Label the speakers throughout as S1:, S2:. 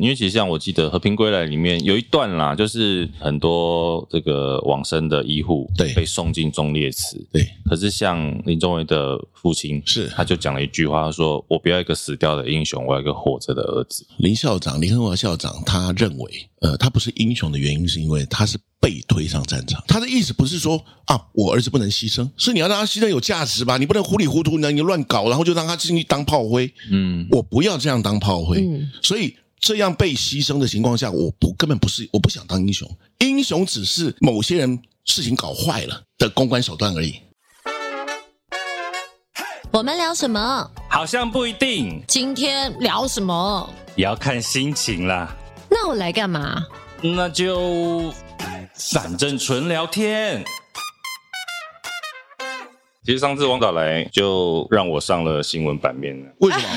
S1: 因为其实像我记得《和平归来》里面有一段啦，就是很多这个往生的医护
S2: 对
S1: 被送进忠烈祠，
S2: 对，
S1: 可是像林宗伟的父亲
S2: 是
S1: 他就讲了一句话，他说：“我不要一个死掉的英雄，我要一个活着的儿子。
S2: 林校长，林恒华校长，他认为，呃，他不是英雄的原因，是因为他是被推上战场。他的意思不是说啊，我儿子不能牺牲，是你要让他牺牲有价值吧？你不能糊里糊涂，呢，你乱搞，然后就让他进去当炮灰。”
S1: 嗯，
S2: 我不要这样当炮灰。
S3: 嗯
S2: 所以这样被牺牲的情况下，我不根本不是，我不想当英雄。英雄只是某些人事情搞坏了的公关手段而已。
S3: 我们聊什么？
S1: 好像不一定，
S3: 今天聊什么？
S1: 也要看心情啦。
S3: 那我来 干嘛？
S1: 那就反正纯聊天。其实上次汪导来就让我上了新闻版面了。
S2: 为什么？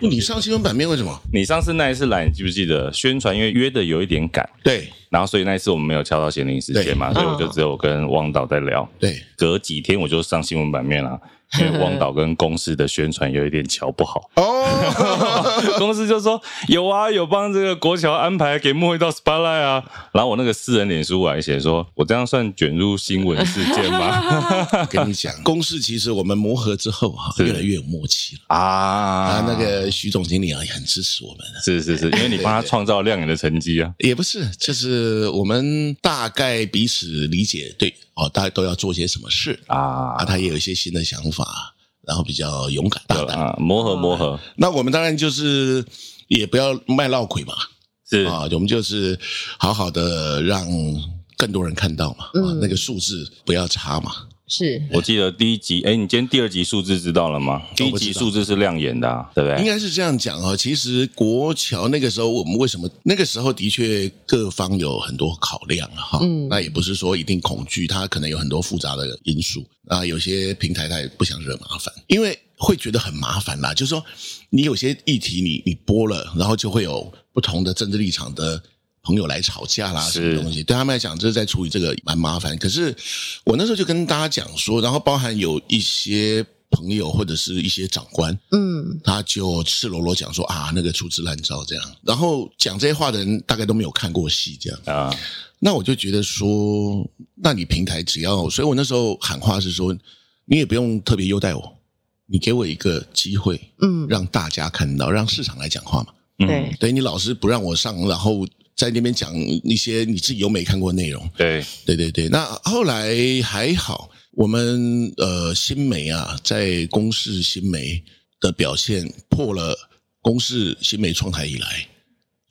S2: 你上新闻版面为什么？
S1: 你上次那一次来，你记不记得宣传因为约的有一点赶，
S2: 对
S1: 然后所以那一次我们没有敲到闲铃时间嘛，所
S3: 对
S1: 以我就只有跟汪导在聊。
S2: 对，。
S1: 隔几天我就上新闻版面了，因为汪导跟公司的宣传有一点瞧不好
S2: 哦，
S1: 公司就说有啊，有帮这个国桥安排给莫一道 spotlight 啊。然后我那个私人脸书我还写说，我这样算卷入新闻事件吗？
S2: 跟你讲，公事其实我们磨合之后哈、
S1: 是
S2: 越来越有默契了。
S1: 啊，
S2: 啊，那个徐总经理啊，也很支持我们。
S1: 是是是，因为你帮他创造亮眼的成绩啊。
S2: 也不是，就是我们大概彼此理解，对哦，大家都要做些什么事
S1: 啊
S2: 啊，，他也有一些新的想法，然后比较勇敢大
S1: 有
S2: 胆。
S1: 啊，磨合磨合，
S2: 那我们当然就是也不要卖闹鬼嘛，
S1: 是
S2: 啊，我们就是好好的让更多人看到嘛，啊
S3: 嗯，
S2: 那个数字不要差嘛。
S3: 是
S1: 我记得第一集，哎，你今天第二集数字知道了吗？第一集数字是亮眼的啊，对不
S2: 应
S1: 对？
S2: 该是这样讲哦，其实国桥那个时候，我们为什么那个时候的确各方有很多考量啊哈，
S3: 嗯
S2: 那也不是说一定恐惧，它可能有很多复杂的因素啊，那有些平台它也不想惹麻烦，因为会觉得很麻烦啦，就是说你有些议题你你播了，然后就会有不同的政治立场的。朋友来吵架啦，什
S1: 是
S2: 么东西？对他们来讲，这是在处理这个蛮麻烦。可是我那时候就跟大家讲说，然后包含有一些朋友或者是一些长官，
S3: 嗯
S2: 他就赤裸裸讲说啊，那个粗制滥造这样。然后讲这些话的人大概都没有看过戏这样。
S1: 啊，
S2: 那我就觉得说，那你平台只要，所以我那时候喊话是说，你也不用特别优待我，你给我一个机会，
S3: 嗯，
S2: 让大家看到，让市场来讲话嘛。
S1: 嗯
S3: 对
S2: 对你老是不让我上，然后在那边讲一些你自己又没看过的内容，
S1: 对，
S2: 对对对，那后来还好，我们呃新媒啊，在公视新媒的表现破了公视新媒创台以来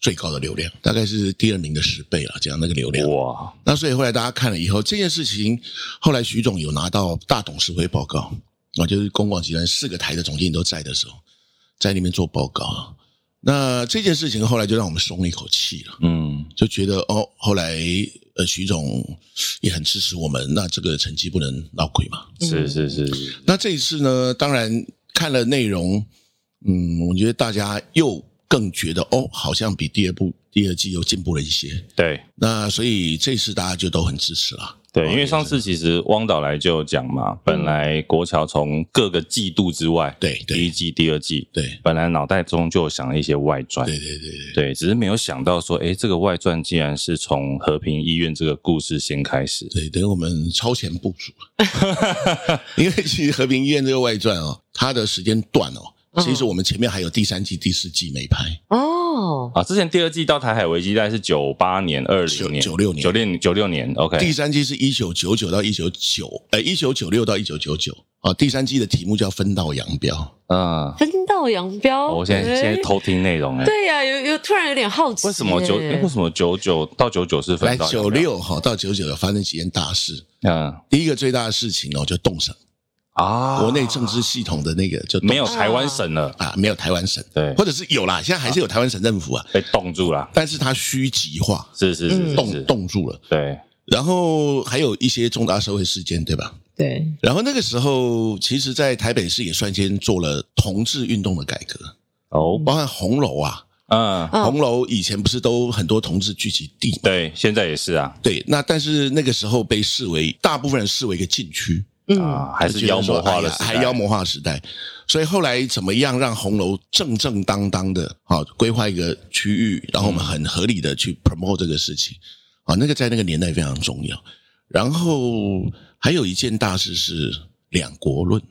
S2: 最高的流量，大概是第二名的十倍了，这样那个流量。
S1: 哇，
S2: 那所以后来大家看了以后，这件事情后来徐总有拿到大董事会报告啊，就是公广集团四个台的总经理都在的时候，在那边做报告。那这件事情后来就让我们松了一口气了。
S1: 嗯，
S2: 就觉得哦，后来呃，徐总也很支持我们，那这个成绩不能闹亏嘛。
S1: 嗯
S3: 嗯
S1: 是是是是，
S2: 那这一次呢，当然看了内容，嗯，我觉得大家又更觉得哦，好像比第二部第二季又进步了一些。
S1: 对
S2: 那所以这次大家就都很支持了。
S1: 对，
S2: 哦
S1: 因为上次其实汪导来就有讲嘛，本来国桥从各个季度之外，
S2: 对对
S1: 第一季、第二季，
S2: 对
S1: 本来脑袋中就有想了一些外传，
S2: 对对对对
S1: 对，只是没有想到说，哎，这个外传竟然是从和平医院这个故事先开始，
S2: 对，等于我们超前部署，啊 因为其实和平医院这个外传哦，它的时间段哦，其实我们前面还有第三季、第四季没拍。
S3: 哦，
S1: 啊，之前第二季到台海危机大概是九八年、二零年、
S2: 96年
S1: 九六九六年，OK，
S2: 第三季是一九九九到一九九，呃，一九九六到一九九九啊。第三季的题目叫“分道扬镳
S1: 嗯，
S3: 分道扬镳。
S1: 哦我现在
S3: 哎
S1: 现在偷听内容哎，
S3: 对呀、有有突然有点好奇耶，
S1: 为什么九诶为什么九九到九九是”，
S2: 来
S1: 分到
S2: 九？六哈到九九有发生几件大事。
S1: 嗯
S2: 第一个最大的事情哦，就动省，
S1: 啊，
S2: 国内政治系统的那个就动
S1: 没有台湾省了，
S2: 啊，没有台湾省，
S1: 对
S2: 或者是有啦，现在还是有台湾省政府啊，
S1: 被冻住了。
S2: 但是它虚极化，
S1: 是是是是是
S2: 嗯冻，冻住了。
S1: 对，
S2: 然后还有一些重大社会事件，对吧？
S3: 对，
S2: 然后那个时候，其实，在台北市也率先做了同志运动的改革，
S1: 哦，
S2: 包含红楼啊，
S1: 嗯，
S3: 嗯
S2: 红楼以前不是都很多同志聚集地嘛？
S1: 对，现在也是啊，
S2: 对，那但是那个时候被视为大部分人视为一个禁区，
S3: 嗯，
S1: 啊，还是妖魔化
S2: 就
S1: 的
S2: 觉
S1: 时
S2: 得说
S1: 代，
S2: 哎呀还妖魔化时代。所以后来怎么样让红楼正正当当的啊，规划一个区域，然后我们很合理的去 promote 这个事情啊，那个在那个年代非常重要。然后还有一件大事是两国论，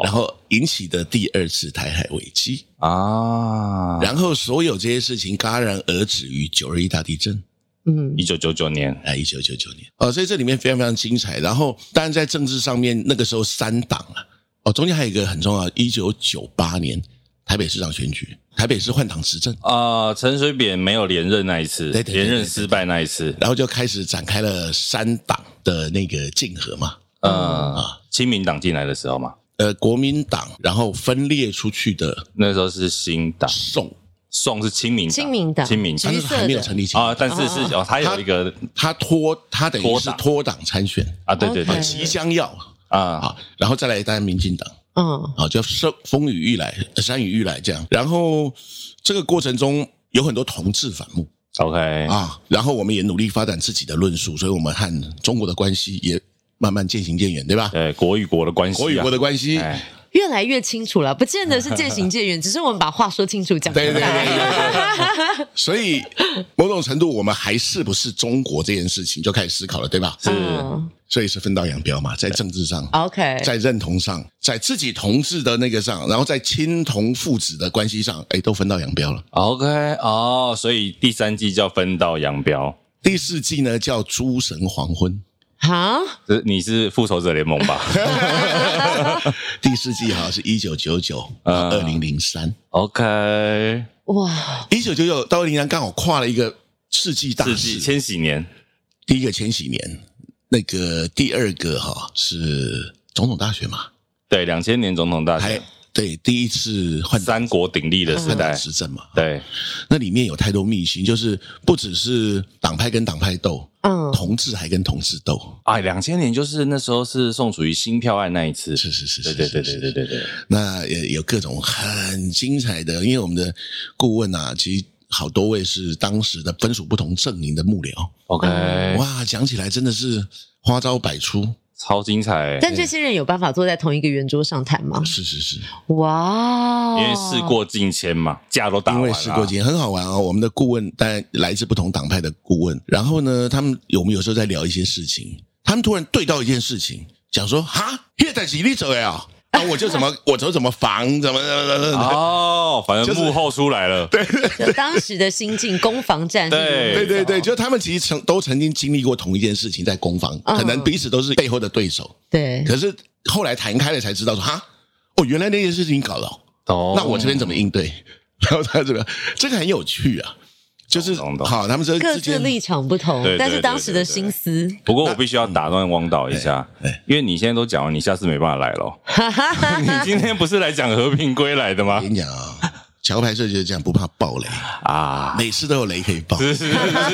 S1: 哦
S2: 然后引起的第二次台海危机，
S1: 啊，
S2: 然后所有这些事情戛然而止于九二一大地震。
S3: 嗯
S1: 一，九九九年
S2: 哎，一九九九年哦，所以这里面非常非常精彩。然后，当然在政治上面，那个时候三党啊，哦，中间还有一个很重要，一九九八年台北市长选举，台北市换党执政，
S1: 啊，陈水扁没有连任那一次，
S2: 对对对
S1: 连任失败那一次，
S2: 然后就开始展开了三党的那个竞合嘛，
S1: 呃，
S2: 嗯
S1: 亲民党进来的时候嘛，
S2: 呃，国民党，然后分裂出去的
S1: 那时候是新党，
S2: 宋，
S1: 宋是亲民，
S3: 亲民党
S1: 亲民
S2: 他
S3: 橘
S2: 那时候还没有成立起
S1: 啊，
S2: 来，
S1: 但是是哦，他有一个
S2: 他脱他等于
S1: 脱
S2: 是
S1: 党
S2: 脱党参选
S1: 啊，对对对
S3: OK
S2: 即将要
S1: 啊，
S2: 啊，然后再来当民进党。
S3: 嗯，
S2: 啊，就风风雨欲来，呃山雨欲来这样。然后这个过程中有很多同志反目
S1: OK
S2: 啊，然后我们也努力发展自己的论述，所以我们和中国的关系也慢慢渐行渐远，对吧？
S1: 对国与国的关系啊，
S2: 国与国的关系，
S1: 哎
S3: 越来越清楚了，不见得是渐行 渐远，只是我们把话说清楚，讲
S2: 对
S3: 明
S2: 对对
S3: 白。
S2: 对 对所以某种程度，我们还是不是中国这件事情就开始思考了，对吧？
S1: 是
S3: 嗯
S2: 所以是分道扬镳嘛，在政治上，
S3: ，OK，
S2: 在认同上，在自己同志的那个上，然后在亲同父子的关系上，哎，都分道扬镳了。
S1: OK 哦，所以第三季叫分道扬镳。
S2: 第四季呢叫《诸神黄昏》。
S3: 哈，
S1: 这你是复仇者联盟 吧
S2: 第四季好像是一九九九
S1: 啊
S2: 二零零三，
S1: ？OK，
S3: 哇，
S2: 一九九九到二零零三刚好跨了一个世纪大
S1: 世纪
S2: 事，
S1: 千禧年
S2: 第一个千禧年，那个第二个哈是总统大选嘛，
S1: 对两千年总统大
S2: 还
S1: 选，
S2: 对第一次换
S1: 三国鼎立的时
S2: 换党
S1: 代，
S2: 执政嘛，
S1: 对
S2: 那里面有太多秘辛，就是不只是党派跟党派斗，
S3: 嗯，
S2: 同志还跟同志斗，
S1: 啊，两千年就是那时候是宋楚瑜新票案那一次，
S2: 是是是
S1: 对
S2: 是，
S1: 对对
S2: 是
S1: 对
S2: 是哦
S1: 对对对，
S2: 那也有各种很精彩的，因为我们的顾问啊，其实好多位是当时的分属不同阵营的幕僚。
S1: OK，
S2: 哇，讲起来真的是花招百出，
S1: 超精彩欸，
S3: 但这些人有办法坐在同一个圆桌上谈吗？
S2: 是是是，
S3: 哇，哦
S1: 因为事过境迁嘛，架都打
S2: 因
S1: 完
S2: 为
S1: 了，
S2: 事过境很好玩哦。我们的顾问当然来自不同党派的顾问，然后呢，他们我们有时候在聊一些事情，他们突然对到一件事情，讲说哈，叶在吉利走呀，啊，我就怎 么我走怎么防，怎么怎么怎么怎么，
S1: 哦，反正
S2: 就是
S1: 幕后出来了，对
S3: 就当时的心境，攻防战是
S1: 对哦
S2: 对对对，就他们其实曾都曾经经历过同一件事情，在攻防，
S3: 嗯
S2: 可能彼此都是背后的对手，
S1: 嗯
S3: 对，
S2: 可是后来谈开了才知道说哈，哦，原来那件事情搞了哦。
S1: 懂
S2: 那我这边怎么应对？ 然后他这个这个很有趣啊，就是
S1: 懂懂懂
S2: 好，他们这之
S3: 各自
S2: 间
S3: 立场不同
S1: 对对，
S3: 但是当时的心思，
S1: 不过我必须要打断汪导一下
S2: 哎哎，
S1: 因为你现在都讲完，你下次没办法来 了。 你今天不是来讲和平归来的吗
S2: 我？跟你讲啊，桥牌社就是这样，不怕爆雷，
S1: 啊，
S2: 每次都有雷可以爆，
S1: 是是是是，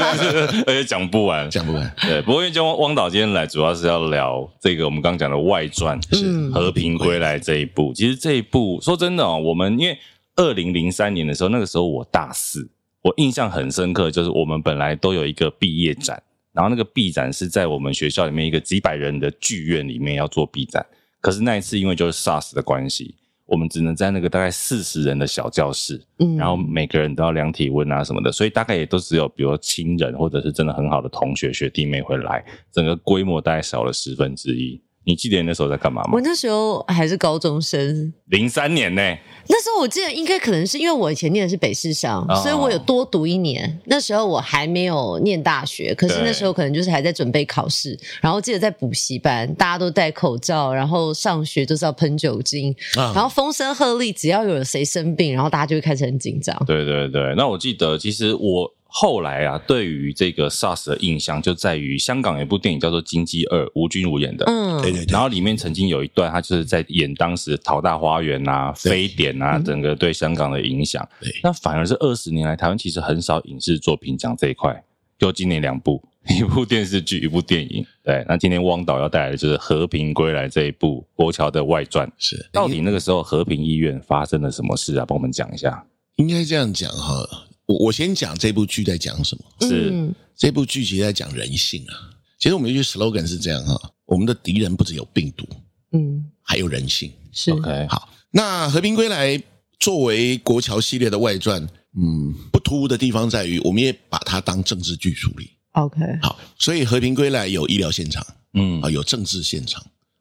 S1: 是而且讲不完。
S2: 讲不完。
S1: 对，不过因为今天汪汪导今天来，主要是要聊这个我们刚刚讲的外传《和平归来》这一部。其实这一部说真的哦，我们因为二零零三年的时候，那个时候我大四，我印象很深刻，就是我们本来都有一个毕业展，然后那个毕展是在我们学校里面一个几百人的剧院里面要做毕展，可是那一次因为就是 SARS 的关系，我们只能在那个大概四十人的小教室，
S3: 嗯，
S1: 然后每个人都要量体温啊什么的，所以大概也都只有比如说亲人或者是真的很好的同学学弟妹会来，整个规模大概少了十分之一。你记得你那时候在干嘛吗
S3: 我？那时候还是高中生，
S1: 零三年呢、
S3: 那时候我记得应该可能是因为我以前念的是北市上，
S1: 哦
S3: 所以我有多读一年。那时候我还没有念大学，可是
S1: 对
S3: 那时候可能就是还在准备考试，然后记得在补习班，大家都戴口罩，然后上学就是要喷酒精，
S1: 嗯
S2: 啊
S3: 然后风声鹤唳，只要有谁生病，然后大家就会开始很紧张。
S1: 对对对，那我记得其实我后来啊，对于这个 SARS 的印象就在于香港有一部电影叫做《金鸡二》，吴君如演的。
S3: 嗯，
S2: 对对对
S1: 然，后里面曾经有一段，他就是在演当时淘大花园啊、
S2: 对
S1: 非典啊，
S3: 嗯
S1: 整个对香港的影响
S2: 对。
S1: 那反而是二十年来，台湾其实很少影视作品讲这一块，就今年两部， 一部电视剧，一部电影。对，那今天汪导要带来的就是《和平归来》这一部国桥的外传。
S2: 是
S1: 到底那个时候和平医院发生了什么事啊？帮我们讲一下。
S2: 应该这样讲哈。我我先讲这部剧在讲什么。
S1: 是
S3: 嗯
S2: 这部剧其实在讲人性啊。其实我们一句 slogan 是这样哈：我们的敌人不只有病毒，
S3: 嗯，
S2: 还有人性。
S3: 是
S1: OK，
S2: 好，那《和平归来》作为国桥系列的外传，嗯，不突兀的地方在于，我们也把它当政治剧处理。
S3: OK，
S2: 好，所以《和平归来》有医疗现场
S1: 嗯
S2: 啊，有政治现场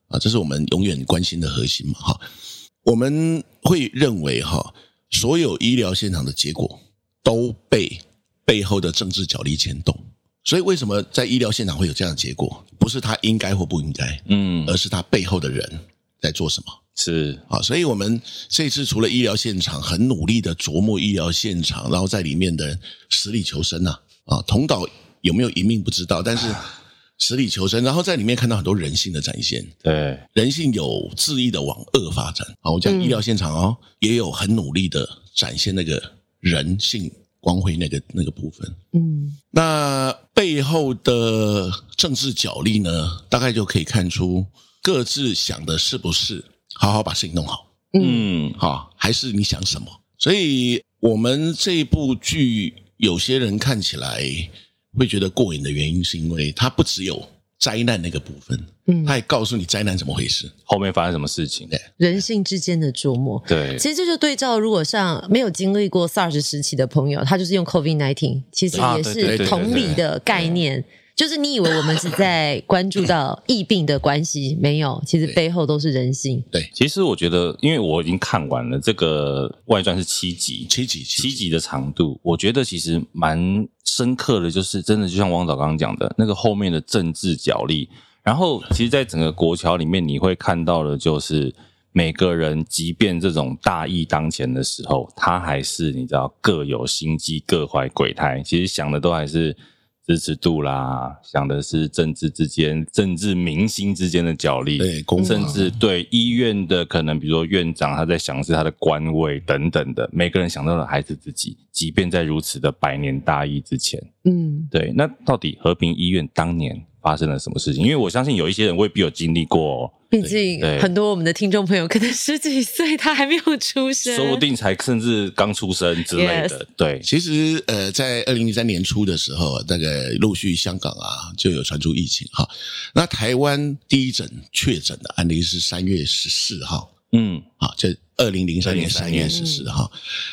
S2: 啊，这是我们永远关心的核心嘛。哈，我们会认为哈，所有医疗现场的结果都被背后的政治角力牵动。所以为什么在医疗现场会有这样的结果？不是他应该或不应该，
S1: 嗯
S2: 而是他背后的人在做什么。
S1: 是
S2: 啊，所以我们这次除了医疗现场，很努力的琢磨医疗现场，然后在里面的人死里求生呐、啊，同岛有没有一命不知道，但是死里求生，然后在里面看到很多人性的展现，
S1: 对
S2: 人性有恣意的往恶发展。啊，我讲
S3: 嗯
S2: 医疗现场哦，也有很努力的展现那个人性光辉那个那个部分。
S3: 嗯
S2: 那背后的政治角力呢，大概就可以看出各自想的是不是好好把事情弄好。
S3: 嗯
S1: 嗯
S2: 哈、啊还是你想什么？所以我们这部剧，有些人看起来会觉得过瘾的原因，是因为它不只有灾难那个部分，
S3: 嗯
S2: 它，也告诉你灾难怎么回事。
S1: 后面发生什么事情？
S3: 人性之间的琢磨。
S1: 对
S3: 其实这就对照，如果像没有经历过 SARS 时期的朋友，他就是用 COVID nineteen，其实
S1: 啊
S3: 也
S1: 对对
S3: 是
S1: 对
S3: 同理的概念。就是你以为我们只在关注到疫病的关系，没有，其实背后都是人性。
S1: 其实我觉得，因为我已经看完了这个外传是七集，
S2: 七集，七
S1: 七
S2: 集，
S1: 集的长度，我觉得其实蛮深刻的，就是真的就像汪导刚刚讲的那个后面的政治角力。然后，其实，在整个国桥里面，你会看到的就是每个人，即便这种大义当前的时候，他还是你知道各有心机，各怀鬼胎。其实想的都还是支持度啦，想的是政治之间、政治明星之间的角力。
S2: 对，公
S1: 甚
S2: 法
S1: 至对医院的可能，比如说院长他在想的是他的官位等等的，每个人想到的还是自己。即便在如此的百年大疫之前，
S3: 嗯
S1: 对，那到底和平医院当年发生了什么事情？因为我相信有一些人未必有经历过、哦，
S3: 毕竟
S1: 对
S3: 很多我们的听众朋友可能十几岁，他还没有出生，
S1: 说不定才甚至刚出生之类的。对，
S2: 其实，呃，在二零零三年初的时候，大概陆续香港啊就有传出疫情哈。那台湾第一诊确诊的案例是三月十四号，
S1: 嗯，
S2: 啊，这二零零三年
S1: 2003
S2: 三嗯
S1: 年
S2: 月十四号，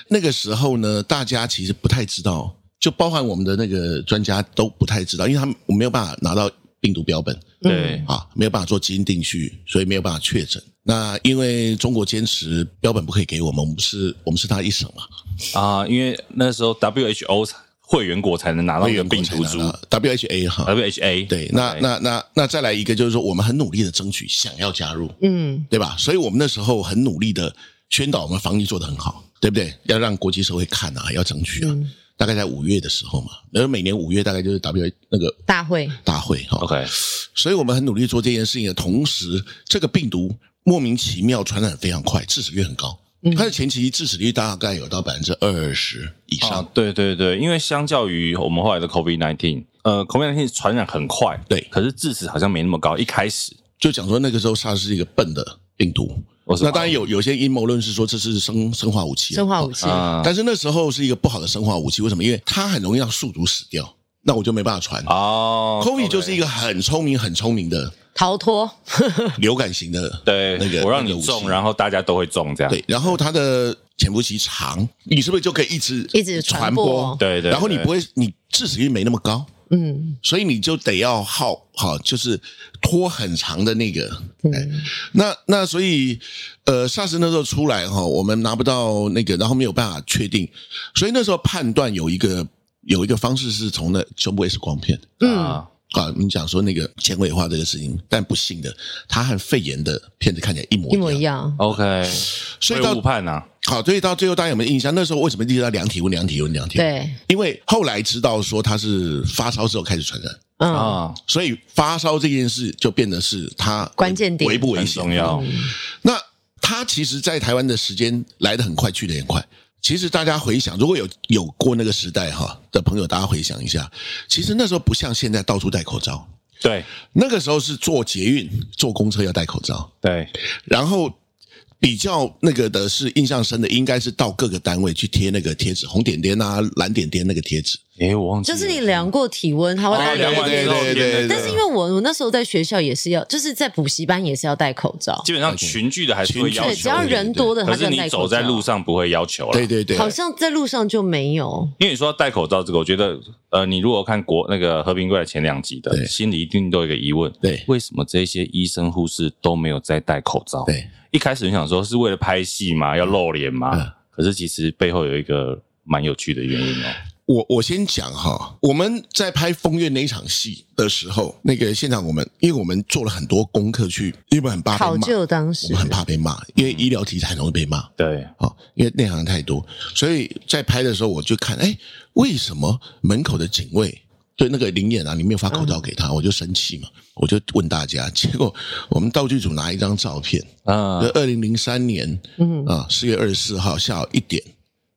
S2: 那个时候呢，大家其实不太知道，就包含我们的那个专家都不太知道，因为他们我没有办法拿到病毒标本
S3: 嗯
S1: 对，
S2: 啊，没有办法做基因定序，所以没有办法确诊。那因为中国坚持标本不可以给我们，我们是，我们是他一省嘛，
S1: 啊、因为那时候 WHO 会员国才能拿到
S2: 会
S1: 一个
S2: 员国
S1: 病
S2: 才
S1: 毒株
S2: 拿到 WHA 哈，
S1: ，WHA
S2: 对，那那那那再来一个就是说，我们很努力的争取想要加入，
S3: 嗯
S2: 对吧？所以我们那时候很努力的宣导我们防疫做得很好，对不对？要让国际社会看啊，要争取啊。
S3: 嗯，
S2: 大概在五月的时候嘛，然后每年五月大概就是 W 那个
S3: 大会
S2: 大会哈。
S1: OK
S2: 所以我们很努力做这件事情的同时，这个病毒莫名其妙传染非常快，致死率很高。它的前期致死率大概有到百分之二十以上。
S1: 啊，对对对，因为相较于我们后来的 COVID nineteen，呃，COVID nineteen 传染很快，
S2: 对
S1: 可是致死好像没那么高。一开始
S2: 就讲说那个时候 SARS 是一个笨的病毒
S1: 我，是
S2: 那当然有有些阴谋论是说这是生生化武器啊，
S3: 生化武器，
S1: 啊
S2: 但是那时候是一个不好的生化武器，为什么？因为它很容易让宿主死掉，那我就没办法传。
S1: 哦
S2: COVID 就是一
S1: 个
S2: 个很聪明、很聪明的
S3: 逃脱，
S2: 流感型的
S1: 对
S2: 那个
S1: 我让
S2: 那个
S1: 你
S2: 武器
S1: 中，然后大家都会中这样。
S2: 对，然后它的潜伏期长，你是不是就可以一直
S3: 一直
S2: 传
S3: 传播
S1: 对对
S2: 然后你
S1: 对
S2: 不会，你致死率没那么高，
S3: 嗯
S2: 所以你就得要耗好，就是拖很长的那个。哎
S3: 嗯
S2: 那那所以，呃，SARS 那时候出来哈，我们拿不到那个，然后没有办法确定，所以那时候判断有一个有一个方式是从那胸部 X 光片。
S3: 嗯
S1: 啊，
S2: 啊，你讲说那个前尾化这个事情，但不幸的，它和肺炎的片子看起来一模
S3: 一模
S2: 一
S3: 一
S2: 样，
S3: 样，
S1: ，OK，
S2: 所以
S1: 会误
S2: 到
S1: 判啊呐，
S2: 好，所以到最后大家有没有印象？那时候为什么一直到量体温、量体温、量体温？
S3: 对，
S2: 因为后来知道说它是发烧之后开始传染，
S3: 嗯
S1: 啊，
S2: 所以发烧这件事就变得是它
S3: 关键点
S2: 危不危
S1: 很
S2: 险嗯
S1: 重要。
S3: 嗯
S2: 那它其实，在台湾的时间来得很快，去得也很快。其实大家回想，如果有有过那个时代哈的朋友，大家回想一下，其实那时候不像现在到处戴口罩，
S1: 对
S2: 那个时候是坐捷运、坐公车要戴口罩，
S1: 对，
S2: 然后比较那个的是印象深的，应该是到各个单位去贴那个贴纸，红点点啊、蓝点点那个贴纸。
S1: 哎，我忘记
S3: 就是
S1: 了
S3: 你量过体温，它会带
S1: 哦，量
S3: 有
S1: 完
S3: 一点
S1: 之后
S2: 对对
S1: 天
S2: 对对
S1: 哪
S3: 但是因为我我那时候在学校也是要，就是在补习班也是要戴口罩，
S1: 基本上群聚的还是会要
S3: 对，
S1: 求
S3: 只要
S1: 你
S3: 人多的，
S1: 可
S3: 他
S1: 是
S3: 就
S1: 你
S3: 戴
S1: 走
S3: 口罩。
S1: 在路上不会要求了。
S2: 对对对，
S3: 好像在路上就没有，
S1: 因为你说戴口罩这个，我觉得，呃，你如果看国那个和平贵的前两集的
S2: 对，
S1: 心里一定都有一个疑问：
S2: 对
S1: 为什么这些医生护士都没有在戴口罩？
S2: 对，
S1: 一开始你想说是为了拍戏吗？要露脸吗？
S2: 嗯
S1: 可是其实背后有一个蛮有趣的原因哦。
S2: 我我先讲哈，我们在拍《风月》那一场戏的时候，那个现场我们，因为我们做了很多功课去，因为我们很
S1: 啊
S2: 怕
S3: 考
S2: 被骂，
S3: 究当
S2: 我
S3: 时
S2: 们很怕被骂，因为医疗题材很容易被骂。
S1: 对，
S2: 哦，因为内行太多，所以在拍的时候我就看，哎，为什么门口的警卫对那个林演啊，你没有发口罩给他，
S3: 嗯
S2: 我就生气嘛，我就问大家，结果我们道具组拿一张照片，
S1: 啊
S2: 就，二零零三年，嗯啊，四月二十四号下午一点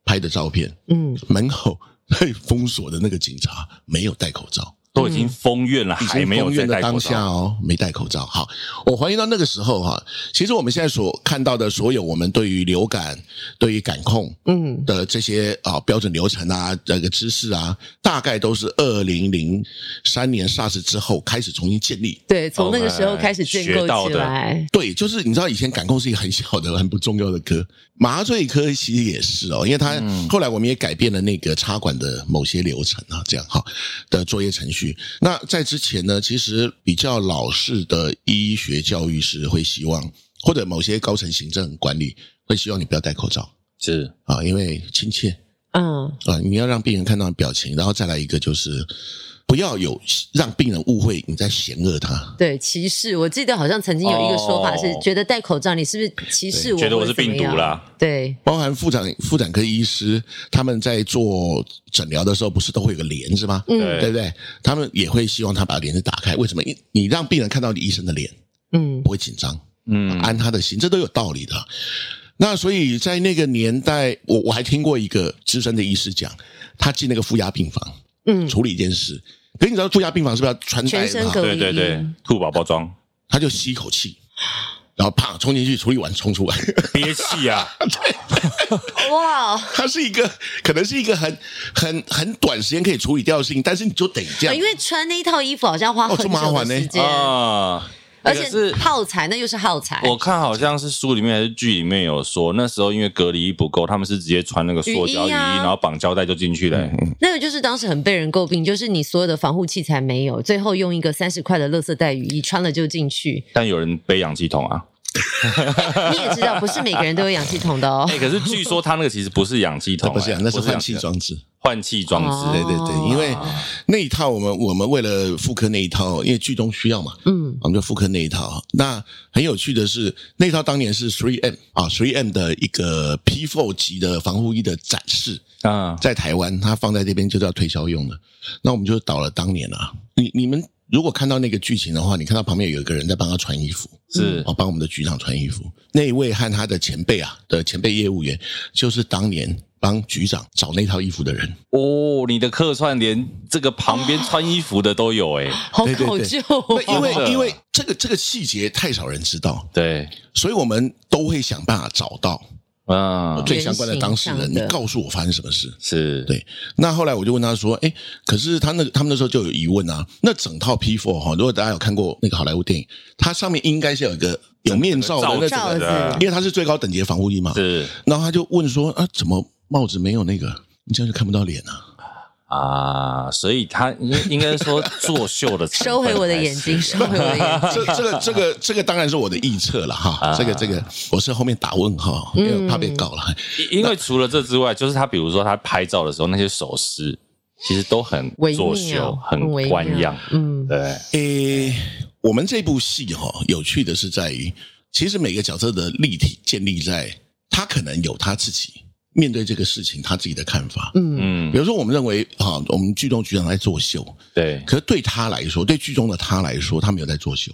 S2: 拍的照片，
S3: 嗯，
S2: 门口被封锁的那个警察没有戴口罩，
S1: 都已经封院了，
S2: 嗯已
S1: 还
S2: 经
S1: 没有
S2: 封
S1: 在
S2: 院的
S1: 戴口
S2: 当下
S1: 罩。
S2: 哦，没戴口罩。好，我怀疑到那个时候哈、其实我们现在所看到的所有我们对于流感、对于感控，
S3: 嗯
S2: 的这些啊标准流程啊，这个知识啊，大概都是二零零三年 SARS 之后开始重新建立。
S3: 对，从那个时候开始建
S1: 哦学到
S3: 构起
S1: 的
S3: 来，
S2: 对，就是你知道以前感控是一个很小的、很不重要的科，麻醉科其实也是哦，因为它后来我们也改变了那个插管的某些流程啊，这样哈的作业程序。那在之前呢，其实比较老式的医学教育是会希望，或者某些高层行政管理会希望你不要戴口罩
S1: 是，
S2: 啊，因为亲切。
S3: 嗯，
S2: 啊、你要让病人看到表情，然后再来一个就是不要有让病人误会你在嫌恶他。
S3: 对，歧视。我记得好像曾经有一个说法是
S1: 哦，
S3: 觉得戴口罩你是不是歧视我？
S1: 觉得我
S3: 或者
S1: 是病
S3: 怎么
S1: 毒
S3: 样
S1: 啦。
S3: 对，
S2: 包含妇产妇产科医师，他们在做诊疗的时候，不是都会有个帘子吗？
S3: 嗯
S2: 对不对？他们也会希望他把帘子打开。为什么？因你让病人看到你医生的脸，
S3: 嗯
S2: 不会紧张，
S1: 嗯，
S2: 安他的心，这都有道理的。那所以在那个年代，我我还听过一个资深的医师讲，他进那个负压病房
S3: 嗯，
S2: 处理一件事，可是你知道负压病房是不是要穿戴
S3: 全身
S2: 嘛
S3: 隔
S1: 对对对
S3: 嗯，
S1: 兔宝宝装
S2: 他就吸一口气，然后啪冲进去，处理完冲出来。
S1: 憋气 啊，
S3: 哇，
S2: 它是一个可能是一个很很很短时间可以处理掉的事情，但是你就得这样
S3: 哦因。为穿那一套衣服好像花
S2: 哦
S3: 很
S2: 这麻
S3: 久
S2: 烦
S3: 的
S2: 呢
S3: 时间，
S1: 啊，那
S3: 而且
S1: 个是
S3: 耗材那又是耗材。
S1: 我看好像是书里面还是剧里面有说，那时候因为隔离衣不够，他们是直接穿那个塑胶雨
S3: 雨衣
S1: 衣，
S3: 啊
S1: 然后绑胶带就进去了、
S2: 嗯
S3: 那个就是当时很被人诟病，就是你所有的防护器材没有，最后用一个三十块的垃圾袋雨衣穿了就 进去。
S1: 但有人背氧气筒啊，
S3: 你也知道，不是每个人都有氧气筒的哦
S1: 哎、。可是据说他那个其实不是氧气筒、
S2: 不是
S1: 哎
S2: 啊，那是
S1: 不
S2: 换
S1: 氧气
S2: 气装置。
S1: 换气装置、
S2: 对
S3: 哦
S2: 对对，因为那一套我们我们为了妇科那一套，因为剧中需要嘛，
S3: 嗯，
S2: 我们就妇科那一套。那很有趣的是，那一套当年是 Three M 啊，Three M 的一个 P4 级的防护衣的展示，
S3: 哦
S1: 啊，
S2: 在台湾它放在这边就是要推销用的。那我们就倒了当年啊，你你们如果看到那个剧情的话，你看到旁边有一个人在帮他穿衣服，
S1: 是
S2: 哦，帮我们的局长穿衣服。那一位和他的前辈啊的前辈业务员，就是当年帮局长找那套衣服的人。
S1: 哦，你的客串连这个旁边穿衣服的都有哎、
S3: 好
S2: 对对
S3: 考
S2: 对
S3: 究
S2: 那因
S3: 哦。
S2: 为、
S1: 真的
S2: 因为这个这个细节太少人知道，
S1: 对，
S2: 所以我们都会想办法找到
S1: 啊，
S2: 最相关的当事
S3: 哦原
S2: 人。
S3: 型
S2: 你
S3: 上的
S2: 告诉我发生什么事。
S1: 是，
S2: 对那后来我就问他说：“哎，可是他那他们那时候就有疑问啊。那整套 P four 哈，如果大家有看过那个好莱坞电影，它上面应该是有一个有面罩的那
S3: 罩
S2: 种，
S3: 子
S1: 的
S2: 因为它是最高等级的防护衣嘛。
S1: 是
S2: 然后他就问说啊，怎么帽子没有那个？你这样就看不到脸啊？
S1: 啊，所以他应该应该说作秀的成分
S3: 收回我的
S1: 还是
S3: 眼睛，收回我的眼 睛。
S2: 这这个这个这个当然是我的臆测了
S1: 啊
S2: 哈，这个这个我是后面打问号，因为怕
S3: 嗯
S2: 被告了。
S1: 因因为除了这之外，就是他比如说他拍照的时候那些手势，其实都很
S3: 微
S1: 作
S3: 妙
S1: 秀，，很
S3: 微妙
S1: 官样。
S3: 嗯，
S1: 对，
S2: 诶，我们这部戏哈、有趣的是在于，其实每个角色的立体建立在他可能有他自己面对这个事情他自己的看法。比
S1: 嗯，
S2: 如说，我们认为哈、我们剧中局长在作秀，
S1: 对，
S2: 可是对他来说，对剧中的他来说，他没有在作秀，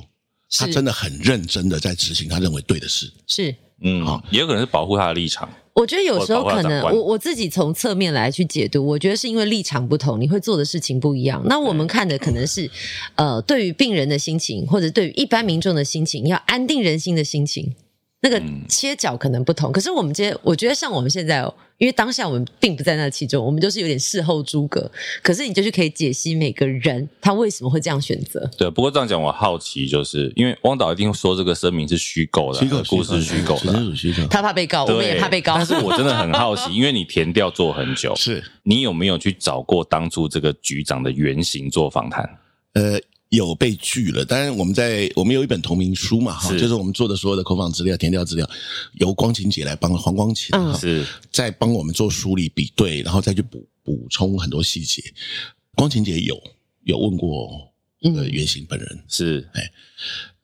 S2: 他
S3: 是
S2: 真的很认真的在执行他认为对的事。
S3: 是。
S1: 嗯
S2: 好，
S1: 也有可能是保护他的立场。
S3: 我觉得有时候
S1: 我搞不好
S3: 可
S1: 长，
S3: 能
S1: 官
S3: 我我自己从侧面来去解读，我觉得是因为立场不同，你会做的事情不一样。那我们看的可能是，呃，对于病人的心情，或者对于一般民众的心情，要安定人心的心情。那个
S1: 嗯
S3: 切角可能不同。可是我们今天，我觉得像我们现在哦，因为当下我们并不在那其中，我们就是有点事后诸葛。可是你就是可以解析每个人他为什么会这样选择。
S1: 对，不过这样讲，我好奇，就是因为汪导一定说这个声明是虚构的啊，
S2: 虚构
S1: 故事虚构
S2: 绝对
S1: 的啊，
S2: 是虚构，
S3: 他怕被告，我
S1: 对
S3: 们也怕被告。
S1: 但是我真的很好奇，因为你填调做很久，
S2: 是
S1: 你有没有去找过当初这个局长的原型做访谈？
S2: 呃有被拒了。当然，我们在我们有一本同名书嘛，哈，
S1: 是
S2: 就是我们做的所有的口访资料、填调资料，由光晴姐来帮黄光晴，
S3: 嗯
S2: 哈
S1: 是
S2: 再帮我们做梳理比对，然后再去补补充很多细节。光晴姐有有问过呃
S3: 嗯
S2: 原型本人，
S1: 是，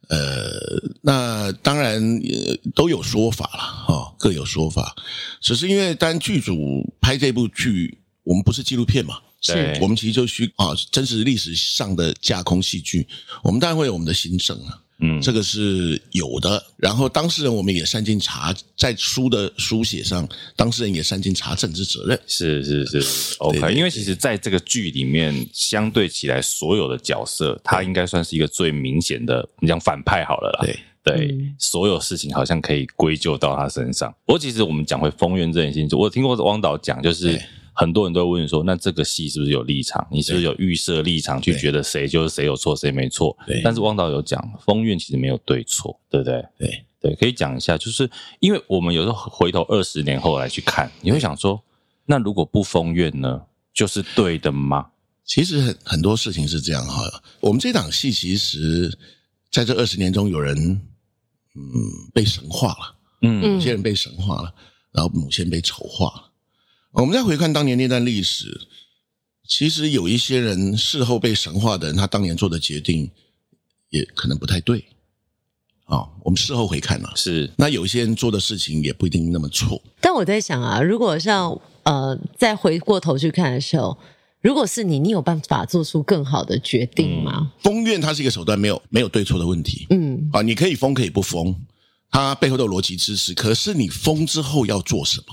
S2: 呃，那当然、呃、都有说法了哈、哦，各有说法。只是因为当然剧组拍这部剧，我们不是纪录片嘛，
S1: 对
S2: 我们其实就虚啊真实历史上的架空戏剧，我们当然会有我们的新政啊，
S1: 嗯，
S2: 这个是有的。然后当事人我们也善尽查，在书的书写上，当事人也善尽查政治责任。
S1: 是是 是，OK。
S2: 对对
S1: 因为其实在这个剧里面，相对起来所有的角色，他应该算是一个最明显的，我们讲反派好了啦。
S2: 对
S1: 对，
S3: 嗯
S1: 所有事情好像可以归咎到他身上。不过其实我们讲回《风云这件事情，我听过汪导讲，就是
S2: 对
S1: 很多人都会问说，那这个戏是不是有立场？你是不是有预设立场去
S2: 对
S1: 觉得谁就是谁有错，谁没错
S2: 对？
S1: 但是汪导有讲，《风云其实没有对错，对不对？
S2: 对，
S1: 对，可以讲一下，就是因为我们有时候回头二十年后来去看，你会想说，那如果不封院呢，就是对的吗？
S2: 其实很很多事情是这样哈、我们这档戏其实在这二十年中，有人嗯被神化了。
S1: 嗯
S2: 有
S3: 嗯
S2: 些人被神化了，然后母线被丑化了。我们再回看当年那段历史，其实有一些人事后被神化的人，他当年做的决定也可能不太对啊、我们事后回看啊，
S1: 是
S2: 那有一些人做的事情也不一定那么错。
S3: 但我在想啊，如果像呃，再回过头去看的时候，如果是你，你有办法做出更好的决定吗？
S2: 封院它是一个手段，没有没有对错的问题
S3: 嗯
S2: 啊，你可以封可以不封，它背后都有逻辑支持。可是你封之后要做什么？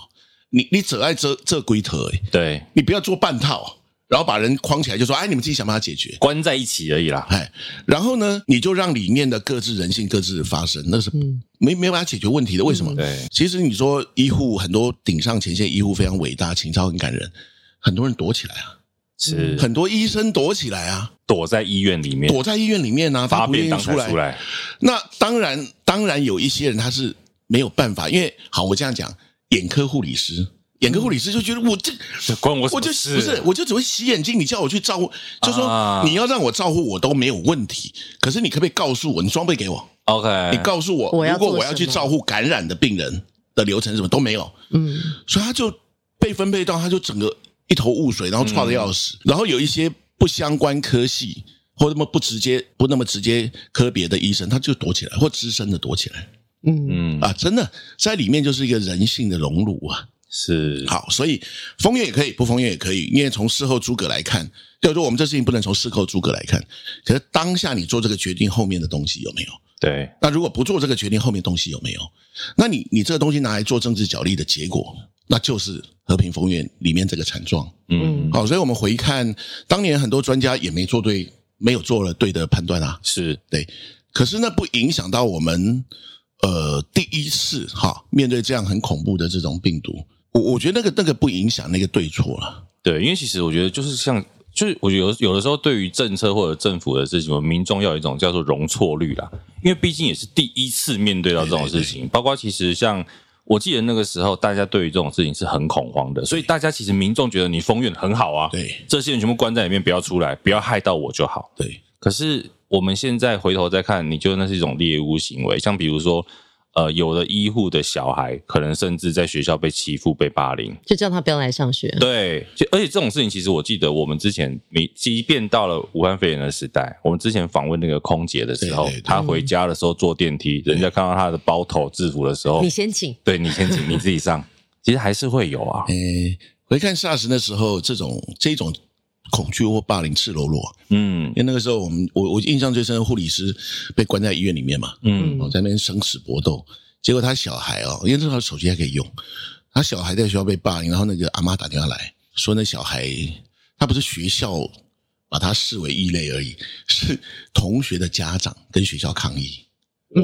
S2: 你你只爱这这龟头哎，
S1: 对，
S2: 你不要做半套，然后把人框起来就说哎，你们自己想办法解决。
S1: 关在一起而已啦。
S2: 哎，然后呢，你就让理念的各自人性各自发生，那是
S3: 嗯
S2: 没没办法解决问题的。为什么？
S1: 嗯对，
S2: 其实你说医护很多顶上前线医护非常伟大，情操很感人，很多人躲起来啊，
S1: 是
S2: 很多医生躲起来啊，
S1: 躲在医院里面
S2: 躲在医院里面啊，他
S1: 发
S2: 不愿
S1: 便
S2: 意
S1: 当
S2: 出
S1: 才
S2: 来
S1: 出。来，
S2: 那当然，当然有一些人他是没有办法，因为好，我这样讲，眼科护理师。眼科护理师就觉得我这，
S1: 这关我什
S2: 我
S1: 么
S2: 就不
S1: 事
S2: 是，我就只会洗眼睛，你叫我去照顾，就说
S1: 啊
S2: 你要让我照顾我都没有问题，可是你可不可以告诉我，你装备给我，
S1: OK，
S2: 你告诉我，
S3: 哎我要
S2: 如果
S3: 做
S2: 我要
S3: 什
S2: 去
S3: 么
S2: 照顾感染的病人的流程什么都没有，
S3: 嗯，
S2: 所以他就被分配到，他就整个一头雾水，然后错的要死。
S3: 嗯
S2: 然后有一些不相关科系或那么不直接、不那么直接科别的医生，他就躲起来，或资深的躲起来
S3: 嗯
S1: 嗯
S2: 啊，真的在里面就是一个人性的熔炉啊。
S1: 是
S3: 嗯
S2: 好，所以封院也可以，不封院也可以，因为从事后诸葛来看，就是说我们这事情不能从事后诸葛来看，可是当下你做这个决定后面的东西有没有？
S1: 对
S2: 那如果不做这个决定，后面东西有没有？那你你这个东西拿来做政治角力的结果，那就是和平风院里面这个惨状。
S1: 嗯
S2: 好，所以我们回看当年很多专家也没做对，没有做了对的判断啊。
S1: 是
S2: 对，可是那不影响到我们呃第一次哈面对这样很恐怖的这种病毒，我我觉得那个那个不影响那个对错了。
S1: 对，因为其实我觉得就是像，就是我觉得有有的时候对于政策或者政府的事情，我们民众要有一种叫做容错率啦，因为毕竟也是第一次面对到这种事情，包括其实像。我记得那个时候，大家对于这种事情是很恐慌的，所以大家其实民众觉得你封院很好啊，
S2: 对
S1: 这些人全部关在里面，不要出来，不要害到我就好。
S2: 对
S1: 可是我们现在回头再看，你觉得那是一种猎巫行为，像比如说，呃，有的医护的小孩可能甚至在学校被欺负、被霸凌。
S3: 就叫他不要来上学。
S1: 对，就而且这种事情，其实我记得我们之前，你即便到了武汉肺炎的时代，我们之前访问那个空姐的时候
S2: 对对对，
S1: 她回家的时候坐电梯，人家看到她的包头制服的时候
S3: 你，先请，
S1: 对你先请你自己上，其实还是会有啊。
S2: 诶，回看 SARS 那时候，这种这种恐惧或霸凌赤裸裸。
S1: 嗯
S2: 因为那个时候我们我我印象最深的护理师被关在医院里面嘛，
S1: 嗯
S2: 哦，在那边生死搏斗，结果他小孩哦，因为那时候手机还可以用，他小孩在学校被霸凌，然后那个阿妈打电话来说那小孩他不是学校把他视为异类而已，是同学的家长跟学校抗议，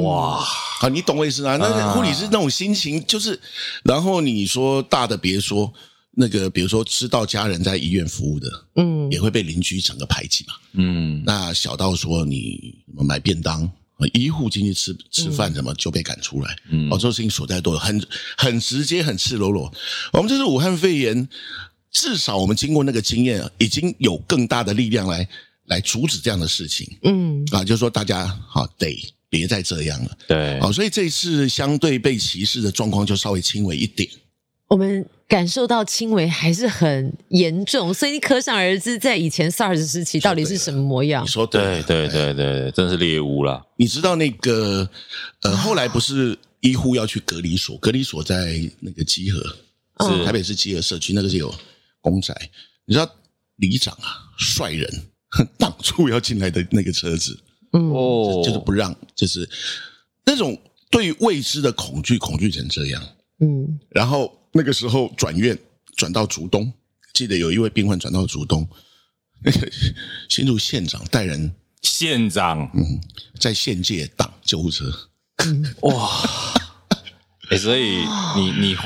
S1: 哇，
S2: 啊，你懂我意思啊？那
S1: 啊
S2: 护理师那种心情就是，然后你说大的别说，那个比如说知道家人在医院服务的，
S3: 嗯
S2: 也会被邻居整个排挤嘛。
S1: 嗯，
S2: 那小到说你买便当，呃医护进去吃吃饭什么就被赶出来，
S1: 嗯
S2: 哦，这种事情所在多有，很很直接，很赤裸裸。我们这次武汉肺炎，至少我们经过那个经验，已经有更大的力量来来阻止这样的事情
S3: 嗯
S2: 啊，就是说大家好得别再这样了。
S1: 对，
S2: 好，所以这一次相对被歧视的状况就稍微轻微一点。
S3: 我们感受到轻微还是很严重，所以你可想而知，在以前 SARS 时期到底是什么模样
S2: 你。说
S1: 啊对
S2: 了
S1: 对，对
S2: 哎
S1: 对对，真是猎物啦。
S2: 你知道那个呃，后来不是医护要去隔离所，隔离所在那个集合，
S1: 是
S3: 嗯
S2: 台北市集合社区，那个是有公宅。你知道里长啊，率人 挡住要进来的那个车子，
S3: 嗯
S1: 哦
S2: 就是不让，就是那种对于未知的恐惧，恐惧成这样。
S3: 嗯
S2: 然后那个时候转院转到竹东，记得有一位病患转到竹东，那个新竹县长带人嗯
S1: 县长
S2: 在县界挡救护车，
S1: 哇，哎，所以你你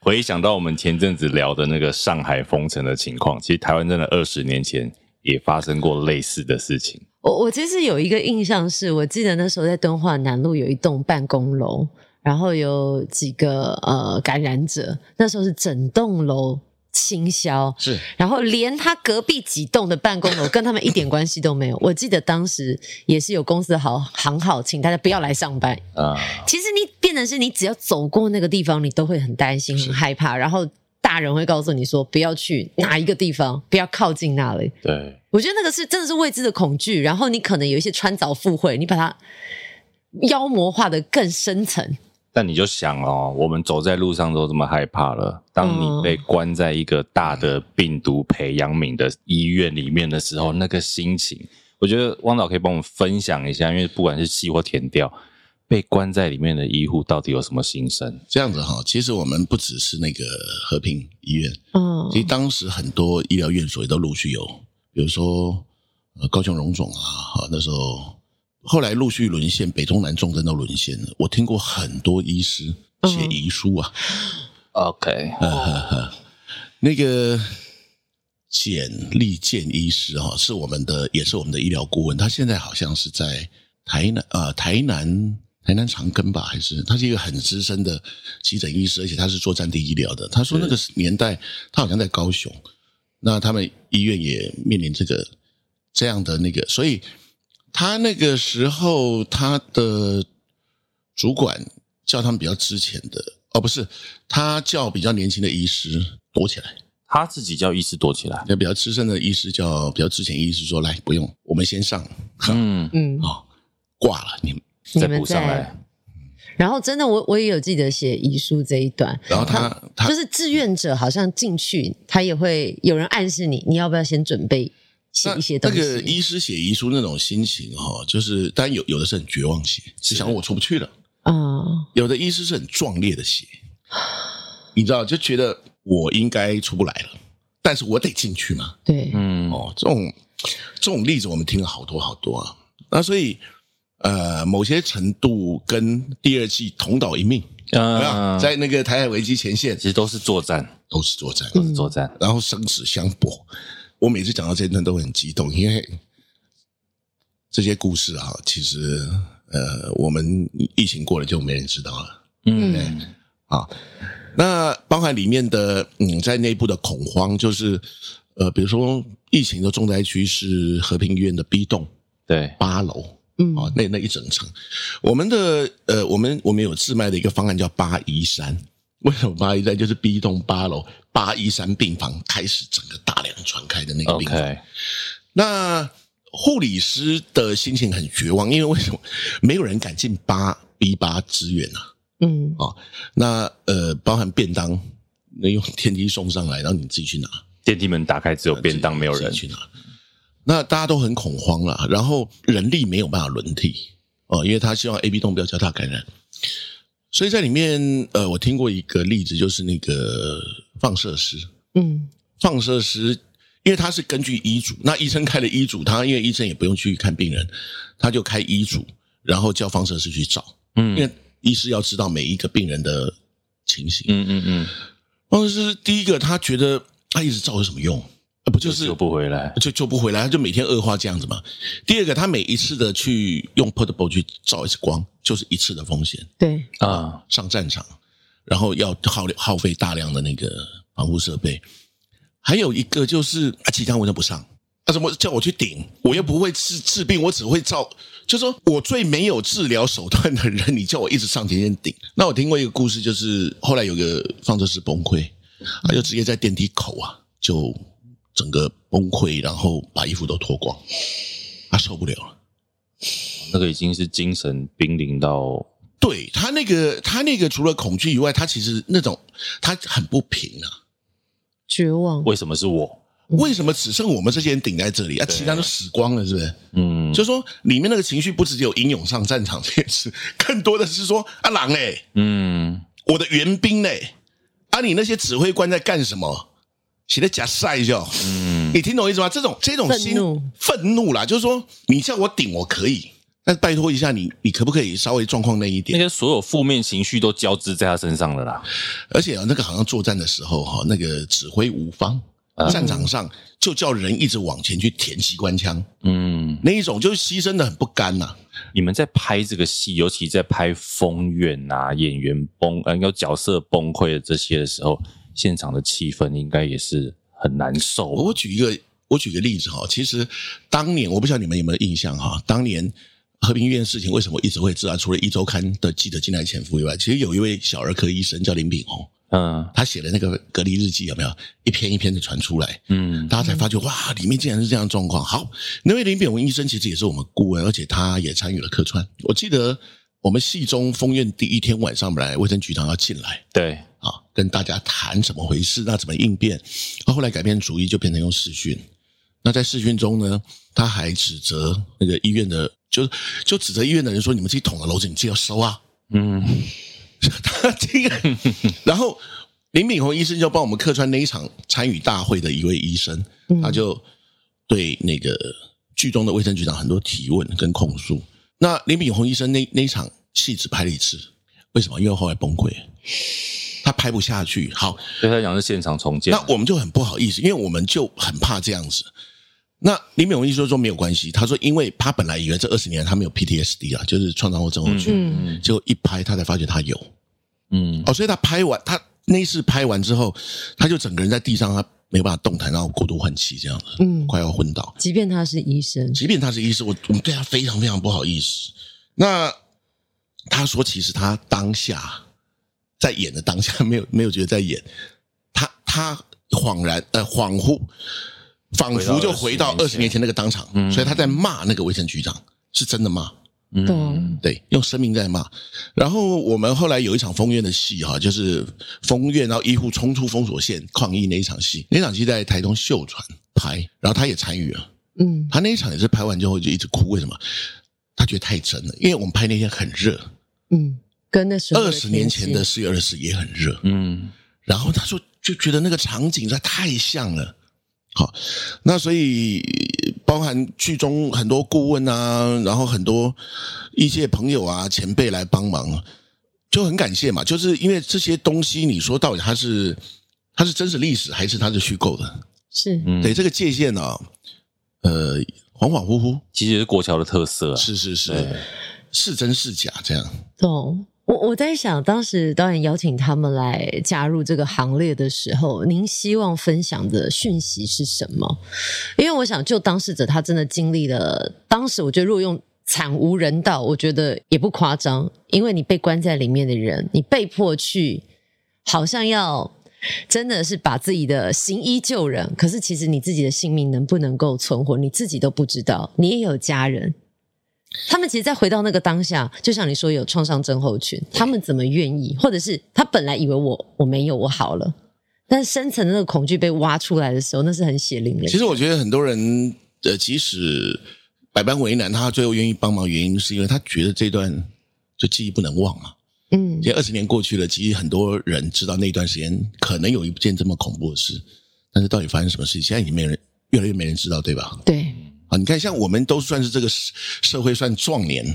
S1: 回想到我们前阵子聊的那个上海封城的情况，其实台湾真的二十年前也发生过类似的事情。
S3: 我我其实有一个印象是，我记得那时候在敦化南路有一栋办公楼，然后有几个呃感染者，那时候是整栋楼清消，
S2: 是
S3: 然后连他隔壁几栋的办公楼跟他们一点关系都没有。我记得当时也是有公司好行好，请大家不要来上班。
S1: 啊，
S3: 其实你变成是你只要走过那个地方，你都会很担心、很害怕，然后大人会告诉你说不要去哪一个地方，不要靠近那里。
S1: 对，
S3: 我觉得那个是真的是未知的恐惧，然后你可能有一些穿凿附会，你把它妖魔化的更深层。
S1: 但你就想哦，我们走在路上都这么害怕了，当你被关在一个大的病毒培养皿的医院里面的时候，那个心情，我觉得汪导可以帮我们分享一下，因为不管是戏或填调，被关在里面的医护到底有什么心声？
S2: 这样子哈。其实我们不只是那个和平医院，
S3: 嗯
S2: 其实当时很多医疗院所也都陆续有，比如说呃高雄荣总啊，哈那时候。后来陆续沦陷，北中南重症都沦陷了。我听过很多医师写
S3: 嗯
S2: 遗书啊，
S1: OK，
S2: 那个简立健医师哈、是我们的，也是我们的医疗顾问。他现在好像是在台南啊、呃台南台南长庚吧，还是他是一个很资深的急诊医师，而且他是做战地医疗的。他说那个年代，他好像在高雄，那他们医院也面临这个这样的那个，所以他那个时候他的主管叫他们比较之前的。哦，不是，他叫比较年轻的医师躲起来，
S1: 他自己叫医师躲起来。
S2: 那比较资深的医师叫比较之前医师说，来不用，我们先上
S1: 嗯，
S3: 嗯，
S2: 哦，挂了你们。
S1: 再
S3: 你们
S1: 补上
S3: 在
S1: 来。
S3: 然后真的我我也有记得写遗书这一段，
S2: 然后他他
S3: 哦就是志愿者好像进去，他也会有人暗示你，你要不要先准备写一些
S2: 那
S3: 东西？
S2: 那个医师写遗书那种心情哈、哦，就是当然有有的是很绝望写，是想我出不去了；
S3: 啊、
S2: 有的医师是很壮烈的写，你知道就觉得我应该出不来了，但是我得进去嘛。
S3: 对，
S1: 嗯，
S2: 哦，这种这种例子我们听了好多好多啊。那所以呃，某些程度跟第二季同岛一命。有没有
S3: 嗯
S1: 呃，
S2: 在那个台海危机前线
S1: 其实都是作战，
S2: 都是作
S3: 嗯
S2: 战，
S1: 都是作战。
S2: 然后生死相搏。我每次讲到这一段都会很激动，因为这些故事啊，其实呃，我们疫情过了就没人知道了
S1: 嗯，
S2: 啊。那包含里面的嗯，在内部的恐慌，就是呃，比如说疫情的重灾区是和平医院的 B 栋
S1: 对，
S2: 八楼，
S3: 嗯
S2: 哦，那那一整层，我们的呃，我们我们有自卖的一个方案叫八一三。为什么八一三？就是 B 栋八楼八一三病房开始整个大量传开的那个病房。
S1: OK，
S2: 那护理师的心情很绝望，因为为什么没有人敢进八 B 八支援啊？
S3: 嗯
S2: 哦，那呃，包含便当，那用 电梯送上来，然后你自己去拿。
S1: 电梯门打开
S2: 呃
S1: 只有便当，没有人
S2: 自。己去拿。那大家都很恐慌了，然后人力没有办法轮替哦，因为他希望 A、B 栋不要交叉感染，所以在里面呃，我听过一个例子，就是那个放射师，
S3: 嗯
S2: 放射师，因为他是根据医嘱，那医生开了医嘱，他因为医生也不用去看病人，他就开医嘱，然后叫方程式去找，
S1: 嗯
S2: 因为医师要知道每一个病人的情形。
S1: 嗯嗯嗯，
S2: 方程式第一个，他觉得他一直照有什么用？啊不就是
S1: 救不回来，
S2: 就救不回来，他就每天恶化这样子嘛。第二个，他每一次的去用 portable 去照一次光，就是一次的风险，
S3: 对，
S1: 啊，
S2: 上战场，然后要耗耗费大量的那个防护设备。还有一个就是，啊、其他我都不上，他、怎么叫我去顶？我又不会治治病，我只会照，就说我最没有治疗手段的人，你叫我一直上前线顶。那我听过一个故事，就是后来有个放射师崩溃，他就直接在电梯口啊，就整个崩溃，然后把衣服都脱光，他受不了了。
S1: 那个已经是精神濒临到，
S2: 对他那个，他那个除了恐惧以外，他其实那种他很不平啊。
S3: 绝望。
S1: 为什么是我？
S3: 嗯
S2: 为什么只剩我们这些人顶在这里啊？其他都死光了，是不是？
S1: 嗯，
S2: 就说里面那个情绪不只有英勇上战场这件事， 更多的是说啊，狼嘞，
S1: 嗯，
S2: 我的援兵嘞，啊，你那些指挥官在干什么？写的假赛就，嗯， 你听懂我意思吗？这种这种心
S3: 愤怒
S2: 愤怒啦，就是说你叫我顶我可以，但拜托一下你，你可不可以稍微状况那一点
S1: 那？些所有负面情绪都交织在他身上了啦。
S2: 而且啊，那个好像作战的时候哈、那个指挥无方，战场上就叫人一直往前去填机关枪，
S1: 嗯，
S2: 那一种就是牺牲的很不甘呐、
S1: 你们在拍这个戏，尤其在拍风怨啊、演员崩，呃，有角色崩溃的这些的时候，现场的气氛应该也是很难受吧。
S2: 我举一个，我举个例子哈、其实当年我不晓得你们有没有印象哈、当年和平医院的事情为什么一直会知道？除了一周刊的记者进来潜伏以外，其实有一位小儿科医生叫林炳宏，
S1: 嗯
S2: 他写的那个隔离日记有没有一篇一篇的传出来？
S1: 嗯
S2: 大家才发觉哇，里面竟然是这样的状况。好，那位林炳文医生其实也是我们顾问，而且他也参与了客串。我记得我们戏中封院第一天晚上，本来卫生局长要进来
S1: 对，
S2: 啊，跟大家谈怎么回事，那怎么应变。他后来改变主意，就变成用视讯。那在视讯中呢，他还指责那个医院的，就就指责医院的人说：“你们自己捅了篓子，你自己要收啊。”
S1: 嗯，
S2: 他 这个，然后林炳宏医生就帮我们客串那一场参与大会的一位医生，他就对那个剧中的卫生局长很多提问跟控诉。那林炳宏医生那那一场戏只拍了一次，为什么？因为后来崩溃，他拍不下去。好，
S1: 对他讲是现场重建
S2: 那。我们就很不好意思，因为我们就很怕这样子。那林炳宏医生说没有关系，他说因为他本来以为这二十年他没有 PTSD 啊，就是创伤后症候群，
S3: 嗯
S2: 结果一拍他才发觉他有。
S1: 嗯
S2: 哦，所以他拍完他那一次拍完之后，他就整个人在地上，他没办法动弹，然后过度换气这样子，
S3: 嗯，
S2: 快要昏倒。
S3: 即便他是医生，
S2: 即便他是医师，我我们对他非常非常不好意思。那他说，其实他当下在演的当下，没有没有觉得在演，他他恍然呃恍惚，仿佛就回到
S1: 回到
S2: 二
S1: 20
S2: 十年前那个当场，
S1: 嗯
S2: 所以他在骂那个卫生局长，是真的骂。
S1: 嗯
S3: 懂
S2: 对，用生命在骂。然后我们后来有一场封院的戏哈，就是封院，然后医护冲出封锁线抗议那一场戏，那场戏在台东秀传拍，然后他也参与了。
S3: 嗯，
S2: 他那一场也是拍完之后就一直哭，为什么？他觉得太真了，因为我们拍那天很热，
S3: 嗯，跟那时候的
S2: 二十年前的
S3: 天气
S2: 四月二十四也很热。
S1: 嗯
S2: 然后他说就觉得那个场景实在太像了。好，那所以包含剧中很多顾问啊，然后很多一些朋友啊、前辈来帮忙，啊就很感谢嘛。就是因为这些东西，你说到底它是它是真实历史还是它是虚构的？
S3: 是
S1: 嗯，
S2: 对，这个界限啊，呃，恍恍惚惚，
S1: 其实也是国桥的特色啊。
S2: 是是是
S1: 对，
S2: 是真是假这样。
S3: 懂。我我在想，当时导演邀请他们来加入这个行列的时候，您希望分享的讯息是什么？因为我想，就当事者他真的经历了，当时我觉得如果用惨无人道，我觉得也不夸张，因为你被关在里面的人，你被迫去，好像要真的是把自己的行医救人，可是其实你自己的性命能不能够存活，你自己都不知道，你也有家人，他们其实再回到那个当下，就像你说有创伤症候群，他们怎么愿意？或者是他本来以为我我没有我好了，但是深层的那个恐惧被挖出来的时候，那是很血淋淋。
S2: 其实我觉得很多人，呃，即使百般为难，他最后愿意帮忙，原因是因为他觉得这段就记忆不能忘嘛。
S3: 嗯
S2: 现在二十年过去了，其实很多人知道那段时间可能有一件这么恐怖的事，但是到底发生什么事，现在已经没有人，越来越没人知道，对吧？
S3: 对，
S2: 啊，你看，像我们都算是这个社社会算壮年，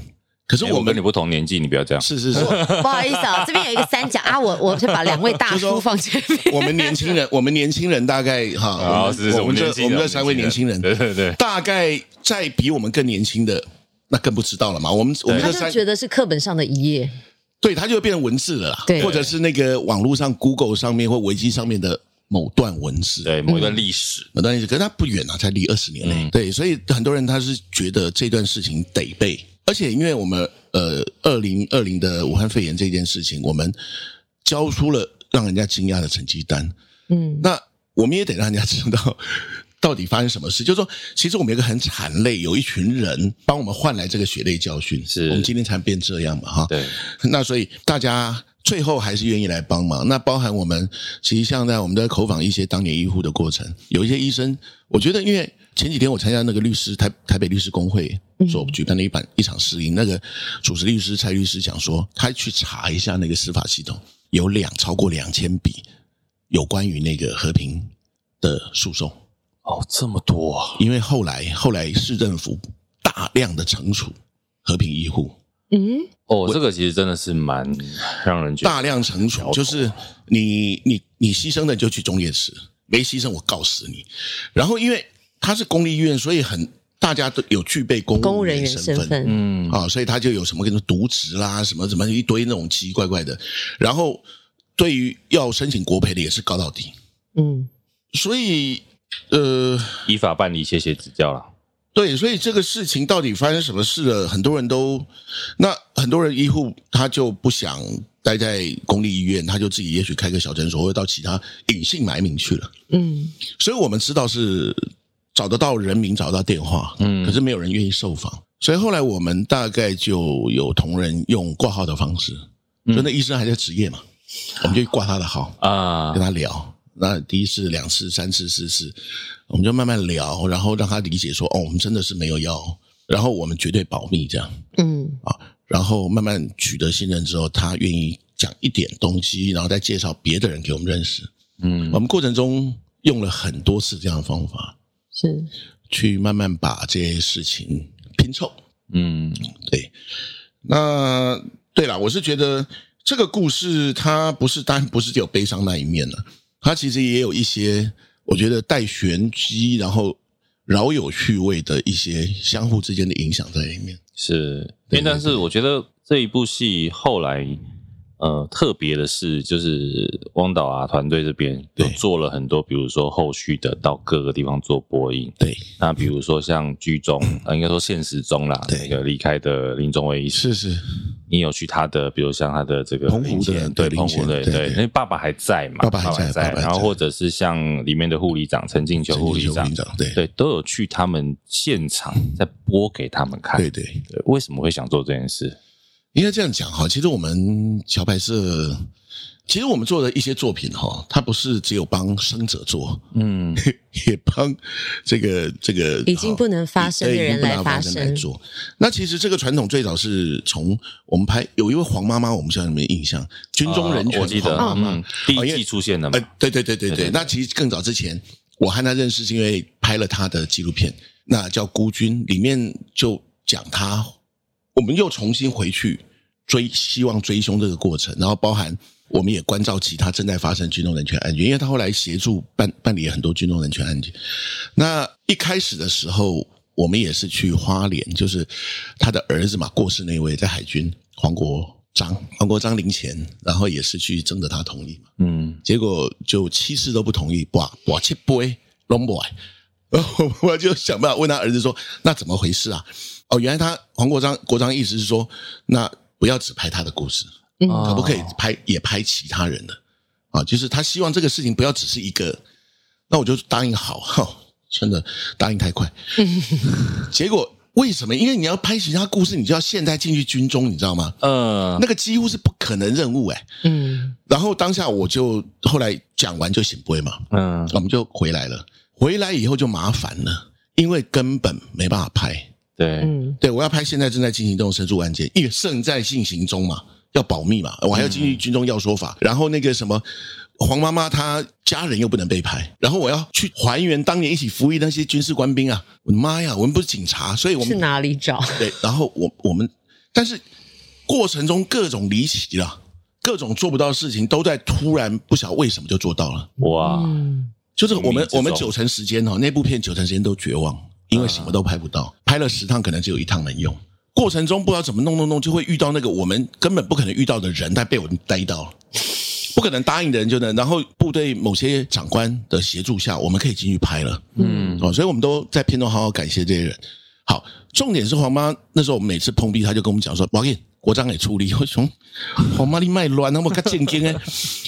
S2: 可是
S1: 哎我
S2: 们
S1: 跟你不同年纪，你不要这样。
S2: 是是是，
S3: 不好意思啊，这边有一个三角啊，我我先把两位大
S2: 就
S3: 叔
S2: 说
S3: 放前面。
S2: 我们年轻人，我们年轻人大概哈，我
S1: 啊，
S2: 们
S1: 是是，
S2: 我们这
S1: 年轻
S2: 我
S1: 人
S2: 们这三位年轻人，
S1: 对对对，
S2: 大概在比我们更年轻的，那更不知道了嘛。我们我们
S3: 他
S2: 这
S3: 就
S2: 三，
S3: 觉得是课本上的一页，
S2: 对，它就会变成文字了啦，
S3: 对
S2: 或者是那个网络上 Google 上面或维基上面的某段文字。
S1: 对某一段历史，
S2: 那当然，可是它不远啊，才离二十年内、对，所以很多人他是觉得这段事情得背，而且因为我们呃，二零二零的武汉肺炎这件事情，我们交出了让人家惊讶的成绩单。
S3: 嗯，
S2: 那我们也得让人家知道到底发生什么事。就是说，其实我们有一个很惨累，有一群人帮我们换来这个血泪教训，
S1: 是
S2: 我们今天才变这样嘛，哈。
S1: 对，
S2: 那所以大家最后还是愿意来帮忙。那包含我们，其实像在我们在口访一些当年医护的过程，有一些医生，我觉得因为前几天我参加那个律师台台北律师工会所举办的一版一场试营，那个主持律师蔡律师讲说，他去查一下那个司法系统，有两超过两千笔有关于那个和平的诉讼，
S1: 哦，这么多啊，
S2: 因为后来后来市政府大量的惩处和平医护。
S3: 嗯，
S1: 哦，这个其实真的是蛮让人觉得
S2: 大量惩
S1: 摇
S2: 处，
S1: 头
S2: 就是你你你牺牲的就去中夜吃，没牺牲我告死你。然后因为他是公立医院，所以很大家都有具备公
S3: 公务
S2: 务
S3: 人员
S2: 身
S3: 身份，
S1: 嗯，
S2: 啊、所以他就有什么跟渎职啦，什么什么一堆那种奇奇怪怪的。然后对于要申请国赔的也是告到底，
S3: 嗯，
S2: 所以呃，
S1: 依法办理，谢谢指教啦。
S2: 对，所以这个事情到底发生什么事了？很多人都，那很多人医护他就不想待在公立医院，他就自己也许开个小诊所，或者到其他隐姓埋名去了。
S3: 嗯，
S2: 所以我们知道是找得到人名，找得到电话，
S1: 嗯
S2: 嗯，可是没有人愿意受访。所以后来我们大概就有同仁用挂号的方式，
S1: 嗯
S2: 就那医生还在职业嘛，我们就挂他的号，
S1: 啊
S2: 跟，他聊。那第一次、两次、三次、四次，我们就慢慢聊，然后让他理解说，哦，我们真的是没有要，然后我们绝对保密这样
S3: 嗯，
S2: 啊。然后慢慢取得信任之后，他愿意讲一点东西，然后再介绍别的人给我们认识。
S1: 嗯
S2: 我们过程中用了很多次这样的方法，
S3: 是，
S2: 去慢慢把这些事情拼凑。
S1: 嗯，
S2: 对，那对了，我是觉得这个故事它不是当然不是只有悲伤那一面了，它其实也有一些我觉得带玄机，然后饶有趣味的一些相互之间的影响在里面。
S1: 是，因
S2: 对
S1: 为但是我觉得这一部戏后来，呃，特别的是，就是汪导啊团队这边有
S2: 对
S1: 做了很多，比如说后续的到各个地方做播映，
S2: 对，
S1: 那比如说像剧中，呃，应该说现实中啦，
S2: 对
S1: 那个离开的林宗威医师，
S2: 是是，
S1: 你有去他的，比如像他的这个
S2: 澎湖的
S1: 林前对
S2: 对
S1: 澎湖
S2: 林前
S1: 的
S2: 对
S1: 对，
S2: 对
S1: 那爸爸还在嘛，
S2: 爸爸还在
S1: 在，
S2: 爸爸还
S1: 然后
S2: 在
S1: 或者是像里面的护理长陈进修护理
S2: 陈
S1: 长
S2: 进，修长，对
S1: 对，都有去他们现场再播给他们看。
S2: 嗯对对，
S1: 对为什么会想做这件事？
S2: 应该这样讲哈。其实我们桥牌社，其实我们做的一些作品哈，它不是只有帮生者做，
S1: 嗯，
S2: 也帮这个这个
S3: 已经不能发生的
S2: 对已经
S3: 人
S2: 不
S3: 来
S2: 能
S3: 发
S2: 发生来
S3: 生
S2: 做。那其实这个传统最早是从我们拍有一位黄妈妈，我们不知道有没有印象？军中人
S1: 呃
S2: 权
S1: 我记得，
S2: 黄妈
S1: 嗯
S2: 妈，，
S1: 第一
S2: 哦因
S1: 季
S2: 为
S1: 出现的嘛
S2: 呃，，对对对
S1: 对
S2: 对
S1: 对
S2: 对。那其实更早之前，我和她认识是因为拍了她的纪录片，那叫《孤军》，里面就讲她，我们又重新回去追，希望追凶这个过程，然后包含。我们也关照其他正在发生军中人权案件，因为她后来协助办办理很多军中人权案件。那一开始的时候，我们也是去花莲，就是他的儿子嘛，过世那位在海军黄国章，黄国章临前，然后也是去征得他同意嘛，
S1: 嗯，
S2: 结果就七次都不同意，哇哇七杯龙 boy，然后 我就想办法问他儿子说，那怎么回事啊？哦，原来他黄国章国章意思是说，那不要只拍他的故事，
S3: 嗯，
S1: 可
S2: 可不可以拍也拍其他人的啊？就是他希望这个事情不要只是一个，那我就答应好，哈，真的答应太快。 结果为什么？因为你要拍其他故事，你就要现在进去军中，你知道吗？
S1: 呃，
S2: 那个几乎是不可能任务哎、
S3: 嗯，
S2: 然后当下我就后来讲完就醒不嘛，
S1: 嗯，
S2: 我们就回来了。回来以后就麻烦了，因为根本没办法拍。
S1: 对，
S3: 嗯，
S2: 对，我要拍现在正在进行中的申诉案件，因为正在进行中嘛，要保密嘛，我还要进去军中要说法，然后那个什么。黄妈妈她家人又不能被拍，然后我要去还原当年一起服役那些军事官兵啊！我的妈呀，我们不是警察，所以我
S3: 去
S2: 们
S3: 哪里找？
S2: 对，然后我我们但是过程中各种离奇了，各种做不到的事情都在突然不晓得为什么就做到了。
S1: 哇，
S3: 嗯，
S2: 就是
S1: 冥冥
S2: 我们
S1: 之中
S2: 我们九成时间哦，那部片九成时间都绝望，因为什么都拍不到，拍了十趟可能只有一趟能用。过程中不知道怎么弄弄弄，就会遇到那个我们根本不可能遇到的人，但被我们逮到了，不可能答应的人就能。然后部队某些长官的协助下，我们可以进去拍了。
S1: 嗯，
S2: 哦，所以我们都在片中好好感谢这些人。好，重点是黄妈那时候我们每次碰壁，她就跟我们讲说：“王燕，国章也处理，我从黄妈你卖卵，那么个健康哎。”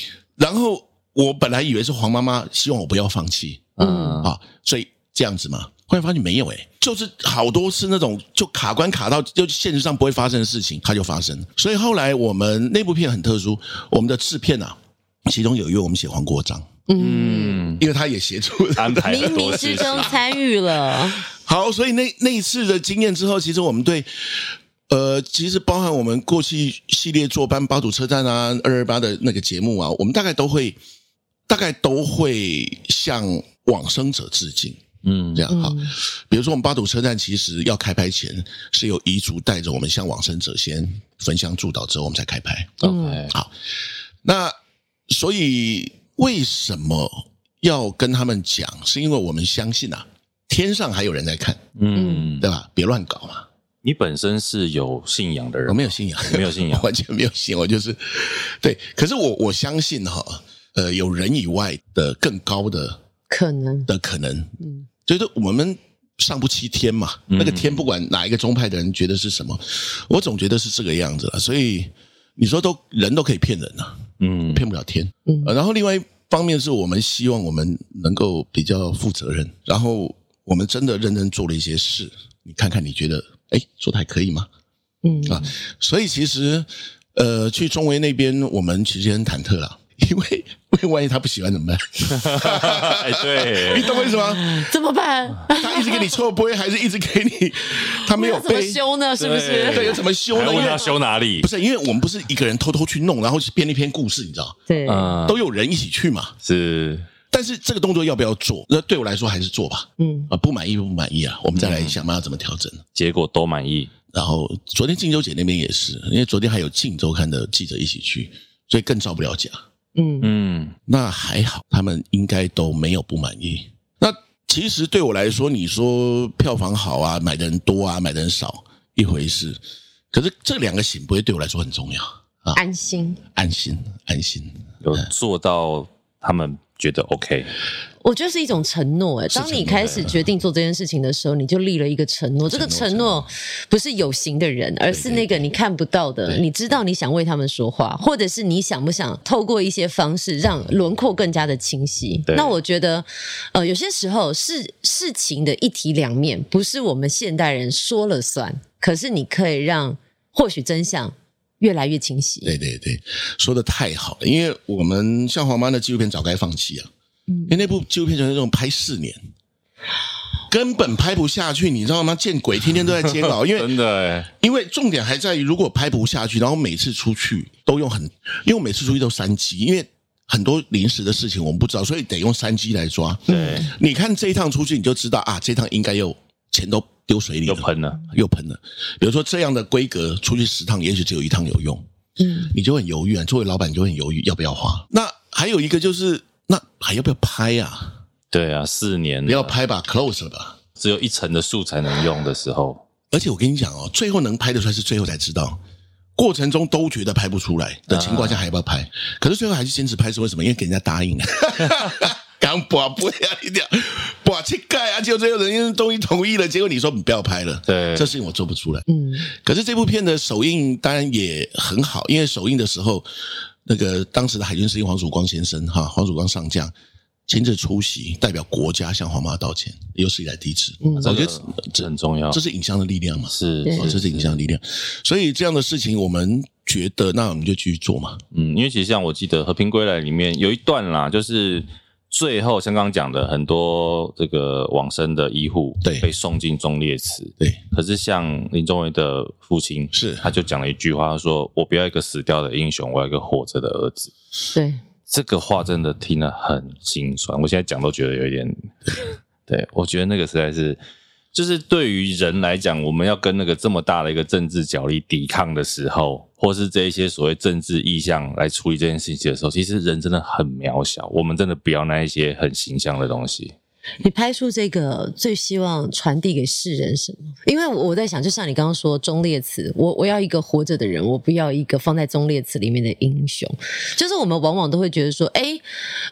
S2: 然后我本来以为是黄妈妈希望我不要放弃
S1: 嗯，
S2: 啊，所以这样子嘛。后来发现没有哎、就是好多次那种就卡关卡到就现实上不会发生的事情，它就发生了。所以后来我们那部片很特殊，我们的制片啊，其中有一位我们写黄国章，
S1: 嗯，
S2: 因为他也协助了
S1: 安排
S3: 冥
S1: 很多
S3: 冥
S1: 事
S3: 之
S1: 情，
S3: 中参与了，
S2: 好，所以那那一次的经验之后，其实我们对，呃，其实包含我们过去系列坐班八堵车站啊、二二八的那个节目啊，我们大概都会，大概都会向往生者致敬。
S1: 嗯
S2: 这样哈，比如说我们八堵车站其实要开拍前是由彝族带着我们向往生者先焚香祝祷之后，我们才开拍。
S3: 嗯
S1: ，OK，
S2: 那所以为什么要跟他们讲？是因为我们相信啊，天上还有人在看，
S1: 嗯，
S2: 对吧？别乱搞嘛。
S1: 你本身是有信仰的人，
S2: 我没有信仰，
S1: 你没有 信仰
S2: 完全没有信仰，我就是对。可是我我相信哈，呃，有人以外的更高的
S3: 可能，
S2: 的可能，
S3: 嗯
S2: 就是我们上不欺天嘛。
S1: 嗯
S2: 那个天不管哪一个宗派的人觉得是什么，我总觉得是这个样子了。所以你说都人都可以骗人啊，
S1: 嗯，
S2: 骗不了天。
S3: 嗯
S2: 呃然后另外一方面是我们希望我们能够比较负责任，然后我们真的认真做了一些事，你看看你觉得，哎，做的还可以吗？
S3: 嗯
S2: 啊所以其实，呃，去中维那边，我们其实很忐忑啦， 因为因为万一他不喜欢怎么办？
S1: 哎，对
S2: 你，懂我意思吗？
S3: 怎么办？
S2: 他一直给你错不会，还是一直给 你，他没有
S3: 怎么
S2: 背，
S3: 修呢？是不
S2: 对，
S1: 对
S3: 是？
S2: 有怎么修
S1: 还
S2: 呢？因
S1: 问
S2: 为
S1: 他修哪里
S2: 不？是，因为我们不是一个人偷偷去弄，然后去编了一篇故事，你知道，
S3: 对，
S1: 嗯，
S2: 都有人一起去嘛。
S1: 是，
S2: 但是这个动作要不要做？那对我来说还是做吧。
S3: 嗯
S2: 啊，不满意不满意啊，我们再来想办法怎么调整。
S1: 结果都满意，
S2: 然后昨天静州姐那边也是，因为昨天还有静周刊的记者一起去，所以更造不了假。
S3: 嗯
S1: 嗯
S2: 那还好，他们应该都没有不满意。那其实对我来说，你说票房好啊，买的人多啊，买的人少一回事，可是这两个醒不会对我来说很重要，
S3: 安心。
S2: 安心，安心。
S1: 有做到他们觉得 OK，
S3: 我觉得是一种承诺、诶，当你开始决定做这件事情的时候，你就立了一个承诺。这个承诺不是有形的人，而是那个你看不到的，
S2: 对
S3: 你知道你想为他们说话，或者是你想不想透过一些方式让轮廓更加的清晰
S1: 对。
S3: 那我觉得，呃，有些时候事事情的一体两面，不是我们现代人说了算，可是你可以让或许真相越来越清晰。
S2: 对对对，说的太好了，因为我们像黄妈的纪录片早该放弃啊，
S3: 嗯
S2: 因为那部纪录片就是那种拍四年。根本拍不下去，你知道吗？见鬼，天天都在煎熬，因 为
S1: 真的哎，
S2: 因为重点还在于，如果拍不下去，然后每次出去都用很，因为我每次出去都三机，因为很多临时的事情我们不知道，所以得用三机来抓。
S1: 对，
S2: 你看这一趟出去，你就知道啊，这一趟应该又钱都丢水里
S1: 又
S2: 了，
S1: 喷了，
S2: 又喷了。比如说这样的规格出去十趟，也许只有一趟有用，
S3: 嗯，
S2: 你就很犹豫啊。作为老板，你就很犹豫要不要花。那还有一个就是，那还要不要拍啊？
S1: 对啊，四年了
S2: 不要拍吧，close 了吧。
S1: 只有一层的树才能用的时候，
S2: 而且我跟你讲哦，最后能拍得出来是最后才知道，过程中都觉得拍不出来
S1: 啊
S2: 的情况下还要不要拍？可是最后还是坚持拍，是为什么？因为给人家答应了。 刚把不要一点，把去盖啊！结果最后人家终于同意了，结果你说你不要拍了，
S1: 对
S2: 这事情我做不出来。
S3: 嗯，
S2: 可是这部片的首映当然也很好，因为首映的时候，那个当时的海军司令黄曙光先生哈，黄曙光上将亲自出席，代表国家向黄妈道歉，有史以来第一次。
S3: 嗯
S2: 我
S1: 这个
S2: 觉得
S1: 这很重要，
S2: 这是影像的力量嘛。
S1: 是
S3: 对
S2: 哦，这是影响力量。所以这样的事情，我们觉得那我们就继续做嘛。
S1: 嗯，因为其实像我记得《和平归来》里面有一段啦，就是最后像刚刚讲的，很多这个往生的医护
S2: 对
S1: 被送进忠烈祠，
S2: 对，
S1: 可是像林宗伟的父亲
S2: 是
S1: 他就讲了一句话，他说：“我不要一个死掉的英雄，我要一个活着的儿子。
S3: 对。”
S1: 这个话真的听得很心酸，我现在讲都觉得有一点，对我觉得那个实在是就是对于人来讲，我们要跟那个这么大的一个政治角力抵抗的时候，或是这一些所谓政治意向来处理这件事情的时候，其实人真的很渺小，我们真的不要那一些很形象的东西。
S3: 你拍出这个最希望传递给世人什么？因为我我在想，就像你刚刚说忠烈祠，我我要一个活着的人，我不要一个放在忠烈祠里面的英雄。就是我们往往都会觉得说，哎，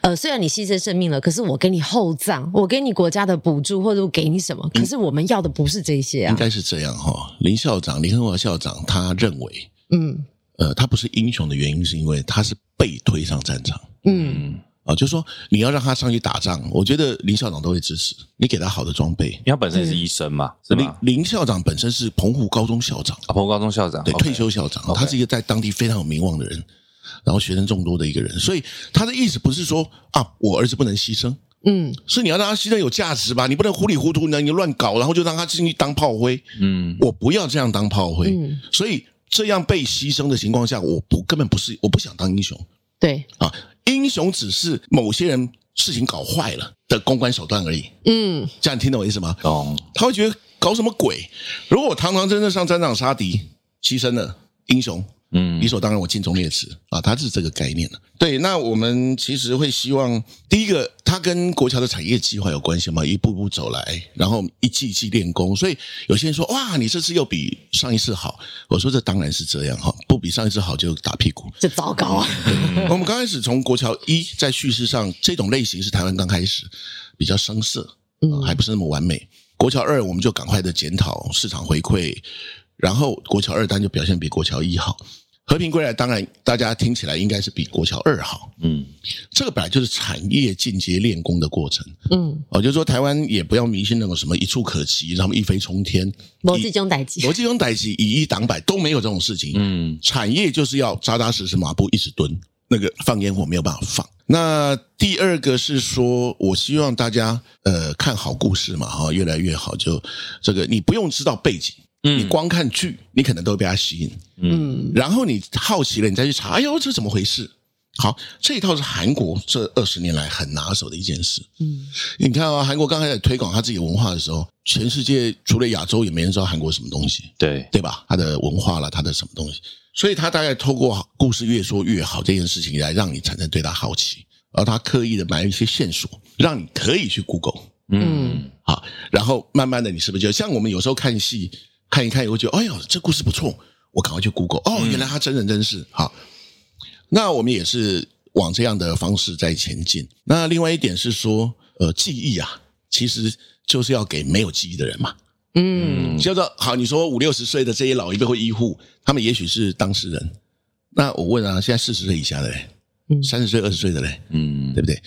S3: 呃，虽然你牺牲生命了，可是我给你厚葬，我给你国家的补助，或者我给你什么，可是我们要的不是这些
S2: 应
S3: 啊。
S2: 该是这样哈、林校长，林汉华校长，他认为，
S3: 嗯
S2: 呃，他不是英雄的原因，是因为他是被推上战场
S3: 嗯
S1: 嗯，
S2: 啊，就说你要让他上去打仗，我觉得林校长都会支持，你给他好的装备。
S1: 因为他本身也是医生嘛，是
S2: 林
S1: 吧？
S2: 林校长本身是澎湖高中校长，
S1: 啊，彭高中校长，
S2: 对
S1: OK
S2: 退休校长
S1: OK
S2: 他是一个在当地非常有名望的人，然后学生众多的一个人，所以他的意思不是说啊，我儿子不能牺牲，
S3: 嗯
S2: 是你要让他牺牲有价值吧，你不能糊里糊涂呢，你乱搞，然后就让他进去当炮灰，
S1: 嗯
S2: 我不要这样当炮灰，
S3: 嗯，
S2: 所以这样被牺牲的情况下，我不根本不是，我不想当英雄
S3: 对，
S2: 啊，英雄只是某些人事情搞坏了的公关手段而已，
S3: 嗯
S2: 这样你听懂我意思吗？
S1: 懂，
S2: 他会觉得搞什么鬼？如果我堂堂正正上战场杀敌，牺牲了英雄，
S1: 嗯
S2: 理所当然我尽忠烈祠啊，它是这个概念的。对，那我们其实会希望，第一个，它跟国桥的产业计划有关系嘛，一步步走来，然后一季一季练功。所以有些人说，哇，你这次又比上一次好。我说这当然是这样哈，不比上一次好就打屁股。
S3: 这糟糕啊。
S2: 我们刚开始从国桥一在叙事上，这种类型是台湾刚开始比较生涩，
S3: 嗯
S2: 还不是那么完美。国桥二我们就赶快的检讨市场回馈，然后国桥二当然就表现比国桥一好。和平归来当然大家听起来应该是比国桥二好，
S1: 嗯
S2: 这个本来就是产业进阶练功的过程。
S3: 嗯，
S2: 哦，就是说台湾也不要迷信那种什么一触可及，他们一飞冲天，
S3: 逻辑中代
S2: 以
S3: 际
S2: 逻。辑中逮起以一挡百都没有这种事情。
S1: 嗯
S2: 产业就是要扎扎实实马步一直蹲，那个放烟火没有办法放。那第二个是说，我希望大家呃看好故事嘛，哈，越来越好。就这个，你不用知道背景，你
S1: 嗯
S2: 光看剧，你可能都会被它吸引。
S3: 嗯
S2: 然后你好奇了，你再去查，哎呦，这怎么回事？好，这一套是韩国这二十年来很拿手的一件事。
S3: 嗯
S2: 你看啊，韩国刚开始推广他自己的文化的时候，全世界除了亚洲，也没人知道韩国什么东西。
S1: 对，
S2: 对吧？他的文化啦，他的什么东西，所以他大概透过故事越说越好这件事情来让你产生对他好奇，而他刻意的埋一些线索，让你可以去 Google
S1: 嗯
S2: 啊，然后慢慢的你是不是就像我们有时候看戏看一看，也会觉得哎呦这故事不错，我赶快去 Google 哦，原来他真人真事好，那我们也是往这样的方式在前进。那另外一点是说，呃，记忆啊，其实就是要给没有记忆的人嘛。
S3: 嗯
S2: 叫做好，你说五六十岁的这些老一辈或医护，他们也许是当事人。那我问啊，现在四十岁以下的嘞
S3: 嗯，
S2: 三十岁、二十岁的嘞，
S1: 嗯
S2: 对不对？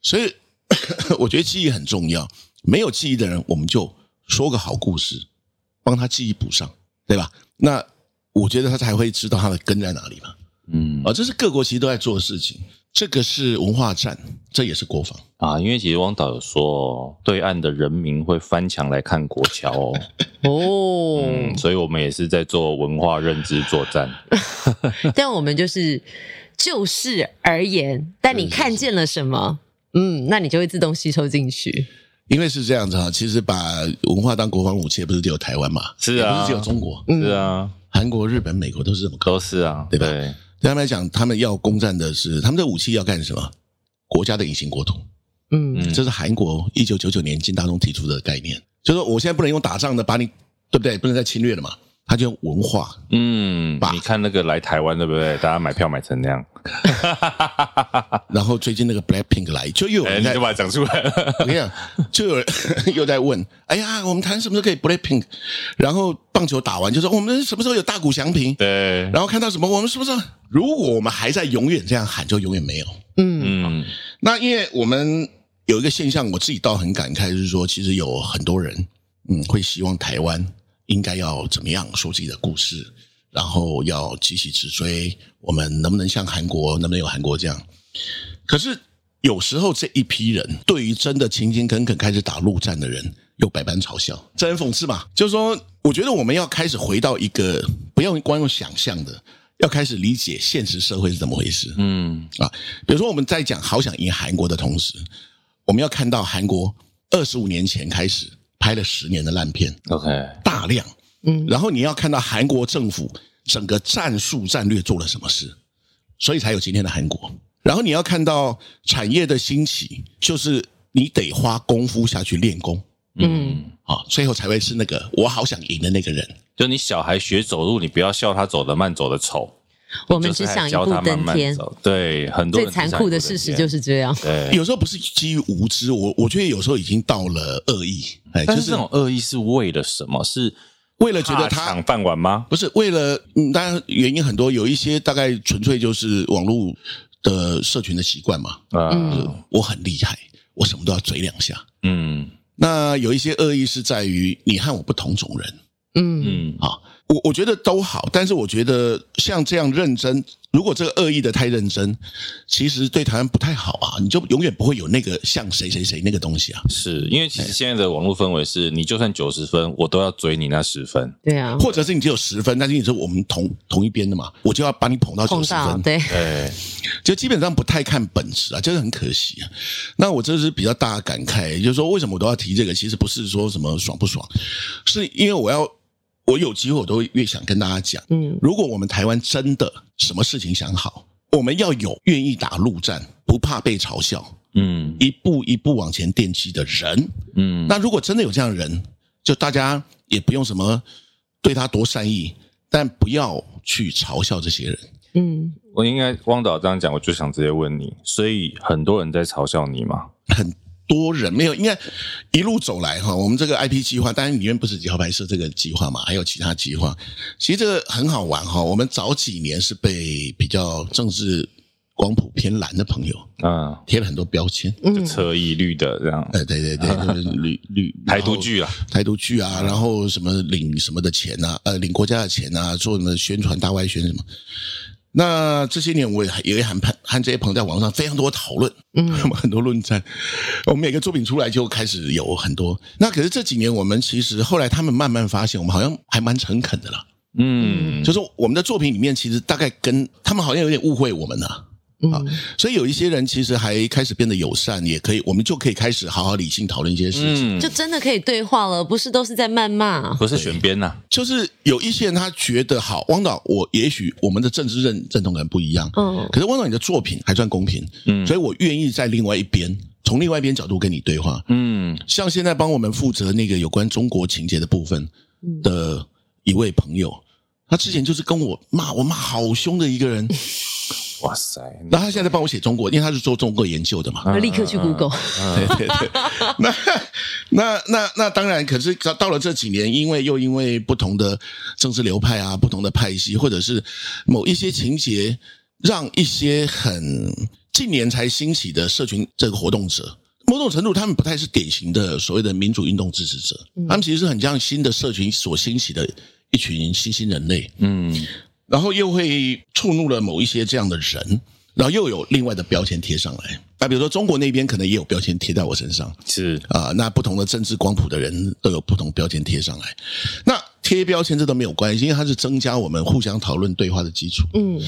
S2: 所以 我觉得记忆很重要。没有记忆的人，我们就说个好故事，帮他记忆补上，对吧？那我觉得他才会知道他的根在哪里嘛。
S1: 嗯
S2: 啊，这是各国其实都在做的事情。这个是文化战，这也是国防。
S1: 啊，因为其实汪导有说，对岸的人民会翻墙来看国桥哦，
S3: 嗯哦，
S1: 嗯，所以我们也是在做文化认知作战，
S3: 但我们就是就事而言，但你看见了什么，嗯，那你就会自动吸收进去。
S2: 因为是这样子哈，其实把文化当国防武器，也不是只有台湾嘛，
S1: 是
S2: 也
S1: 啊
S2: 不是只有中国，
S3: 嗯
S1: 是啊，
S2: 韩国、日本、美国都是这么搞。
S1: 都是啊，
S2: 对吧
S1: 对，
S2: 对他们来讲，他们要攻占的是他们的武器要干什么？国家的隐形国土，
S3: 嗯
S1: 嗯
S2: 这是韩国一九九九年金大中提出的概念，就是说我现在不能用打仗的把你，对不对？不能再侵略了嘛。他就用文化，
S1: 嗯
S2: 吧，
S1: 你看那个来台湾对不对？大家买票买成那样，
S2: 然后最近那个 Black Pink 来，就又有
S1: 哎，
S2: 人
S1: 你
S2: 在，
S1: 就把它讲出来了，
S2: 我跟你讲，就有人 又在问，哎呀，我们谈什么时候可以 Black Pink？然后棒球打完就说我们什么时候有大谷翔平？
S1: 对，
S2: 然后看到什么，我们是不是？如果我们还在永远这样喊，就永远没有。
S3: 嗯
S1: 嗯
S2: 那因为我们有一个现象，我自己倒很感慨，就是说，其实有很多人，嗯，会希望台湾应该要怎么样说自己的故事，然后要急起直追，我们能不能像韩国，能不能有韩国这样？可是有时候这一批人对于真的勤勤恳恳开始打陆战的人，又百般嘲笑，这很讽刺嘛。就是说，我觉得我们要开始回到一个不要光用想象的，要开始理解现实社会是怎么回事。
S1: 嗯
S2: 啊，比如说我们在讲好想赢韩国的同时，我们要看到韩国二十五年前开始拍了十年的烂片，
S1: OK，
S2: 大量。
S3: 嗯
S2: 然后你要看到韩国政府整个战术战略做了什么事，所以才有今天的韩国。然后你要看到产业的兴起，就是你得花功夫下去练功
S1: 嗯，
S2: 啊，最后才会是那个我好想赢的那个人。
S1: 就你小孩学走路，你不要笑他走得慢，走得丑，
S3: 我们
S1: 就
S3: 只
S1: 是还
S3: 想一
S1: 教
S3: 步
S1: 他慢
S3: 登
S1: 慢
S3: 天。
S1: 走对，很多
S3: 最
S1: 人只
S3: 残
S1: 想
S3: 酷
S1: 一
S3: 的
S1: 步登
S3: 事实
S1: 天
S3: 就是这样。嗯
S1: 对。
S2: 有时候不是基于无知，我我觉得有时候已经到了恶意，哎，就
S1: 但是
S2: 是
S1: 这种恶意是为了什么？是
S2: 为了觉得
S1: 怕
S2: 他
S1: 抢饭碗吗？
S2: 不是为了，嗯，当然原因很多，有一些大概纯粹就是网络的社群的习惯嘛，
S1: 嗯
S2: 我很厉害，我什么都要嘴两下。
S1: 嗯
S2: 那有一些恶意是在于你和我不同种人
S3: 嗯
S1: 嗯
S2: 啊，我我觉得都好，但是我觉得像这样认真，如果这个恶意的太认真，其实对台湾不太好啊，你就永远不会有那个像谁谁谁那个东西啊，
S1: 是因为其实现在的网络氛围是，你就算九十分，我都要追你那十分。
S3: 对啊，
S2: 或者是你只有十分，但是你说我们同同一边的嘛，我就要把你捧到九
S3: 碰
S2: 十
S3: 到
S2: 分，
S3: 对，
S1: 对，
S2: 就基本上不太看本质啊，真的很可惜啊。那我这是比较大的感慨，就是说为什么我都要提这个？其实不是说什么爽不爽，是因为我要我有机会我都越想跟大家讲，
S3: 嗯
S2: 如果我们台湾真的什么事情想好，我们要有愿意打陆战、不怕被嘲笑、
S1: 嗯
S2: 一步一步往前奠基的人。
S1: 嗯，
S2: 那如果真的有这样的人，就大家也不用什么对他多善意，但不要去嘲笑这些人。
S3: 嗯，
S1: 我应该汪导这样讲，我就想直接问你，所以很多人在嘲笑你吗？
S2: 很多人没有，应该一路走来哈，我们这个 IP 计划，当然里面不止桥白社这个计划嘛，还有其他计划。其实这个很好玩哈，我们早几年是被比较政治光谱偏蓝的朋友
S1: 嗯，
S2: 贴了很多标签。
S3: 嗯
S1: 就侧翼绿的这样，
S2: 呃，对对对，就是绿绿
S1: 啊 台独剧啊，
S2: 台独剧啊，然后什么领什么的钱啊，呃，领国家的钱啊，做什么宣传大外宣什么。那这些年我也也和朋和这些朋友在网上非常多讨论，嗯，我 们很多论战，我们每个作品出来就开始有很多。那可是这几年我们其实后来他们慢慢发现，我们好像还蛮诚恳的啦，
S1: 嗯，
S2: 就是我们的作品里面其实大概跟他们好像有点误会我们了、
S3: 嗯
S2: 啊所以有一些人其实还开始变得友善，也可以，我们就可以开始好好理性讨论一些事情。
S1: 嗯
S3: 就，真的可以对话了，不是都是在谩骂？
S1: 不是选边呐，
S2: 就是有一些人他觉得好，汪导，我也许我们的政治认认同感不一样，
S3: 嗯
S2: 可是汪导你的作品还算公平，
S1: 嗯
S2: 所以我愿意在另外一边，从另外一边角度跟你对话。
S1: 嗯
S2: 像现在帮我们负责那个有关中国情节的部分的一位朋友，他之前就是跟我骂我骂好凶的一个人，
S1: 哇塞，
S2: 然后他现在在帮我写中国，因为他是做中国研究的嘛，
S1: 嗯
S3: 我立刻去 Google，
S2: 对对对，那那那那当然，可是到了这几年，因为又因为不同的政治流派啊，不同的派系，或者是某一些情节，让一些很近年才兴起的社群这个活动者，某种程度他们不太是典型的所谓的民主运动支持者，他们其实是很像新的社群所兴起的一群新兴人类，
S1: 嗯
S2: 然后又会触怒了某一些这样的人。然后又有另外的标签贴上来，那比如说中国那边可能也有标签贴在我身上，
S1: 是，
S2: 啊、那不同的政治光谱的人都有不同标签贴上来。那贴标签这都没有关系，因为它是增加我们互相讨论对话的基础。
S3: 嗯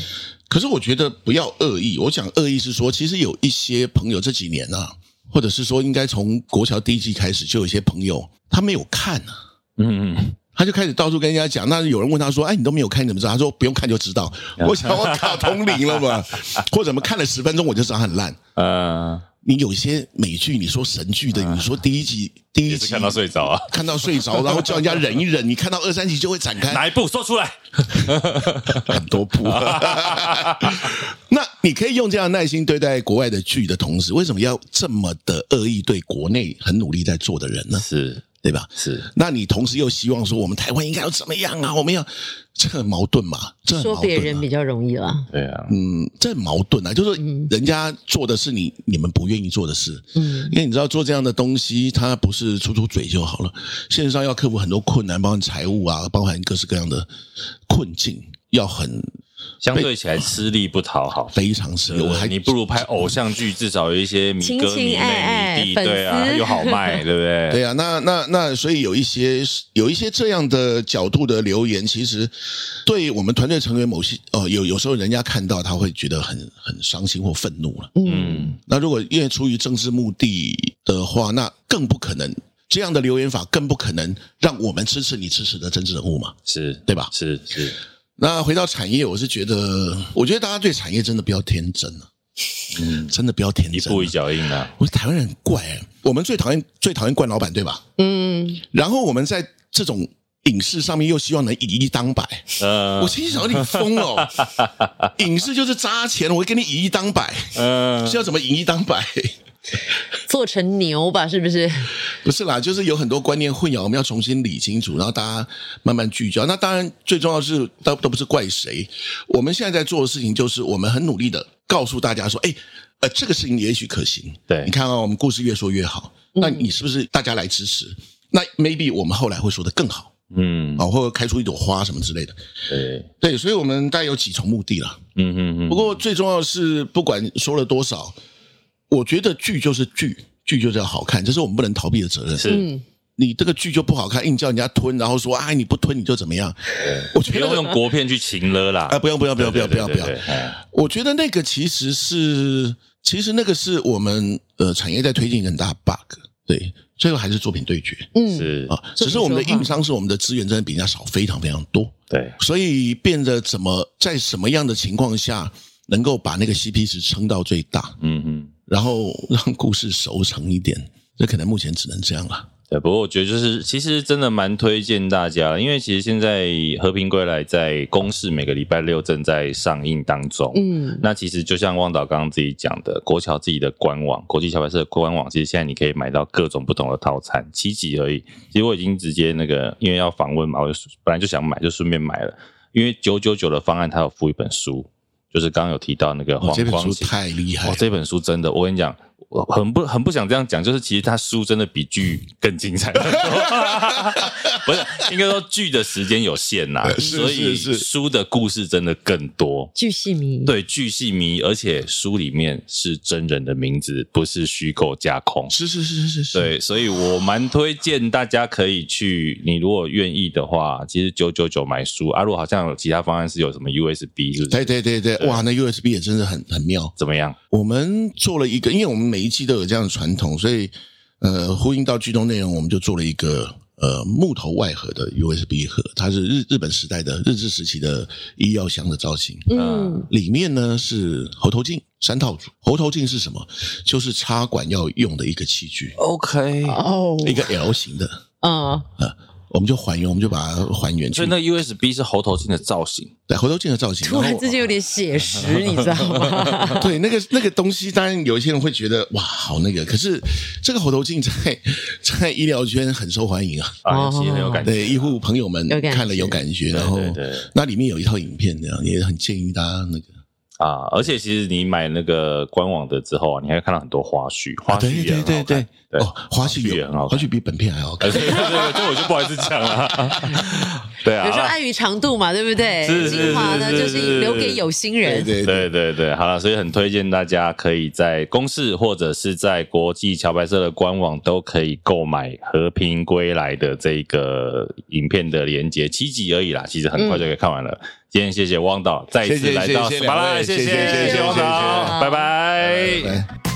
S2: 可是我觉得不要恶意，我讲恶意是说，其实有一些朋友这几年啊，或者是说应该从国侨第一季开始，就有一些朋友他没有看啊。
S1: 嗯嗯
S2: 他就开始到处跟人家讲，那有人问他说：“哎，你都没有看，你怎么知道？”他说：“不用看就知道。”
S1: 嗯
S2: 我想我卡通灵 了嘛，或者我们看了十分钟我就知道它很烂。
S1: 呃，
S2: 你有一些美剧，你说神剧的，你说第一集第
S1: 嗯
S2: 一
S1: 也
S2: 集
S1: 是看到睡着啊，
S2: 看到睡着，然后叫人家忍一忍，你看到二三集就会展开
S1: 哪一部说出来？
S2: 很多部。 那你可以用这样的耐心对待国外的剧的同时，为什么要这么的恶意对国内很努力在做的人呢？
S1: 是
S2: 对吧？
S1: 是，
S2: 那你同时又希望说我们台湾应该要怎么样啊？我们要这很矛盾嘛？这很
S3: 说
S2: 矛
S3: 别
S2: 盾、
S3: 人
S2: 啊。
S3: 比较容易啦。
S1: 对啊，
S2: 嗯，这很矛盾啊，就是
S3: 嗯
S2: 人家做的是你你们不愿意做的事，
S3: 嗯
S2: 因为你知道做这样的东西，它不是出出嘴就好了，线上要克服很多困难，包含财务啊，包含各式各样的困境，要很
S1: 相对起来吃力不讨好。
S2: 非常吃
S1: 对
S2: 力。
S1: 不
S2: 我
S1: 对
S2: 还
S1: 你不如拍偶像剧，至少有一些迷
S3: 亲
S1: 哥、
S3: 亲
S1: 迷
S3: 爱
S1: 妹、
S3: 爱
S1: 迷弟，
S3: 粉丝
S1: 对啊，又好卖，对不对？
S2: 对啊，那那那，所以有一些有一些这样的角度的留言，其实对我们团队成员某些哦，有有时候人家看到他会觉得很很伤心或愤怒了。
S3: 嗯
S1: 嗯，
S2: 那如果因为出于政治目的的话，那更不可能。这样的留言法更不可能让我们支持你支持的政治人物嘛，
S1: 是
S2: 对吧？
S1: 是是，
S2: 那回到产业，我是觉得，我觉得大家对产业真的不要天真了、
S1: 嗯，
S2: 真的不要天
S1: 一
S2: 真、
S1: 步一脚印啊，
S2: 我觉得台湾人很怪、欸，我们最讨厌最讨厌惯老板，对吧？
S3: 嗯，
S2: 然后我们在这种影视上面又希望能以一当百，
S1: 呃
S2: 我心想你疯了哦、 影视就是砸钱，我会给你以一当百，
S1: 呃
S2: 是要怎么以一当百？
S3: 做成牛吧，是不是？
S2: 不是啦，就是有很多观念混淆，我们要重新理清楚，然后大家慢慢聚焦。那当然，最重要的是都都不是怪谁，我们现在在做的事情就是我们很努力的告诉大家说，哎，呃，这个事情也许可行。
S1: 对
S2: 你看啊，我们故事越说越好，那你是不是大家来支持？那 maybe 我们后来会说的更好
S1: 嗯，
S2: 啊，或者开出一朵花什么之类的。
S1: 对，
S2: 对，所以我们大概有几重目的啦。
S1: 嗯嗯嗯，
S2: 不过最重要的是，不管说了多少，我觉得剧就是剧，剧就是要好看，这是我们不能逃避的责任。
S1: 是
S3: 嗯，
S2: 你这个剧就不好看，硬叫人家吞，然后说哎你不吞你就怎么样？我觉
S1: 不用
S2: 得
S1: 用国片去情了啦
S2: 啊，，不用不用不用不
S1: 对
S2: 用不用不，
S1: 对
S2: 用
S1: 对对，对哎
S2: 我觉得那个其实是其实那个是我们呃产业在推进一个很大的 bug，对，最后还是作品对决
S3: 嗯，
S1: 是
S2: 啊，只是我们的硬伤是我们的资源真的比人家少非常非常多，
S1: 对，
S2: 所以变得怎么在什么样的情况下能够把那个 CP 值撑到最大，
S1: 嗯嗯。
S2: 然后让故事熟成一点，这可能目前只能这样了。
S1: 对，不过我觉得就是，其实真的蛮推荐大家的，因为其实现在《和平归来》在公视每个礼拜六正在上映当中。
S3: 嗯，
S1: 那其实就像汪导刚刚自己讲的，国桥自己的官网，国际小白社的官网，其实现在你可以买到各种不同的套餐，七集而已。其实我已经直接那个，因为要访问嘛，我就本来就想买，就顺便买了。因为九九九的方案，它有附一本书，就是刚刚有提到那个
S2: 哦
S1: 黄哦
S2: 这本
S1: 光
S2: 书
S1: 琴，
S2: 太厉害
S1: 哇，
S2: 了，
S1: 这本书真的，我跟你讲，我很不很不想这样讲，就是其实它书真的比剧更精彩， 不是应该说剧的时间有限呐、
S2: 呃 是
S1: 所以
S2: 是是
S1: 书的故事真的更多。
S3: 巨细迷，，
S1: 对，巨细迷，而且书里面是真人的名字，不是虚构架空。
S2: 是是是是是是，
S1: 对，所以我蛮推荐大家可以去，你如果愿意的话，其实九九九买书，阿、啊、如好像有其他方案是有什么 USB，是不是？
S2: 对对对对，哇，那 USB 也真的很很妙。
S1: 怎么样？
S2: 我们做了一个，因为我们每一季都有这样的传统，所以呃，呼应到剧中内容，我们就做了一个呃木头外盒的 USB 盒，它是日日本时代的日治时期的医药箱的造型。
S3: 嗯，
S2: 里面呢是猴头镜三套组，猴头镜是什么？就是插管要用的一个器具，
S1: OK，
S3: 哦，
S2: 一个 L 型的，
S3: 嗯，
S2: 我们就还原，我们就把它还原出
S1: 所以
S2: 来。
S1: 那 USB 是猴头镜的造型，
S2: 对，猴头镜的造型，
S3: 突然
S2: 后
S3: 之间有点写实，你知道 吗？
S2: 对，那个那个东西，当然有一些人会觉得哇，好那个。可是这个猴头镜在在医疗圈很受欢迎啊，
S3: 哦
S1: 啊，其实很有感觉。
S2: 对医护朋友们
S3: 有感觉
S2: 看了有感觉，
S1: 对
S2: 然后
S1: 对对
S2: 那里面有一套影片，这样也很建议大家那个
S1: 啊，而且其实你买那个官网的之后啊，你还会看到很多花絮，花絮也
S2: 啊对
S1: 很好
S2: 对对
S1: 看
S2: 对
S1: 对
S2: 哦，花絮
S1: 也
S2: 有
S1: 很好
S2: 花
S1: 看。
S2: 絮比本片还好
S1: 呃
S2: 看。
S1: 对对对，这我就不好意思讲了。 对
S3: 有时候
S1: 啊，
S3: 碍于长度嘛，对不对？
S1: 是是是
S3: 精华呢，
S1: 是
S3: 就是是留给有心
S2: 对
S3: 人。
S2: 对
S1: 对
S2: 对
S1: 对对，好了，所以很推荐大家可以在公视或者是在国际桥牌社的官网都可以购买《和平归来》的这个影片的连接，七集而已啦，其实很快就可以看完了。今天谢谢汪导再一
S2: 谢
S1: 次
S2: 谢
S1: 来到
S2: 谢谢
S1: 斯巴拉，
S2: 两位
S1: 谢
S2: 谢谢
S1: 谢
S3: 谢谢
S1: 汪导，
S3: 谢谢
S1: 拜拜
S2: 对。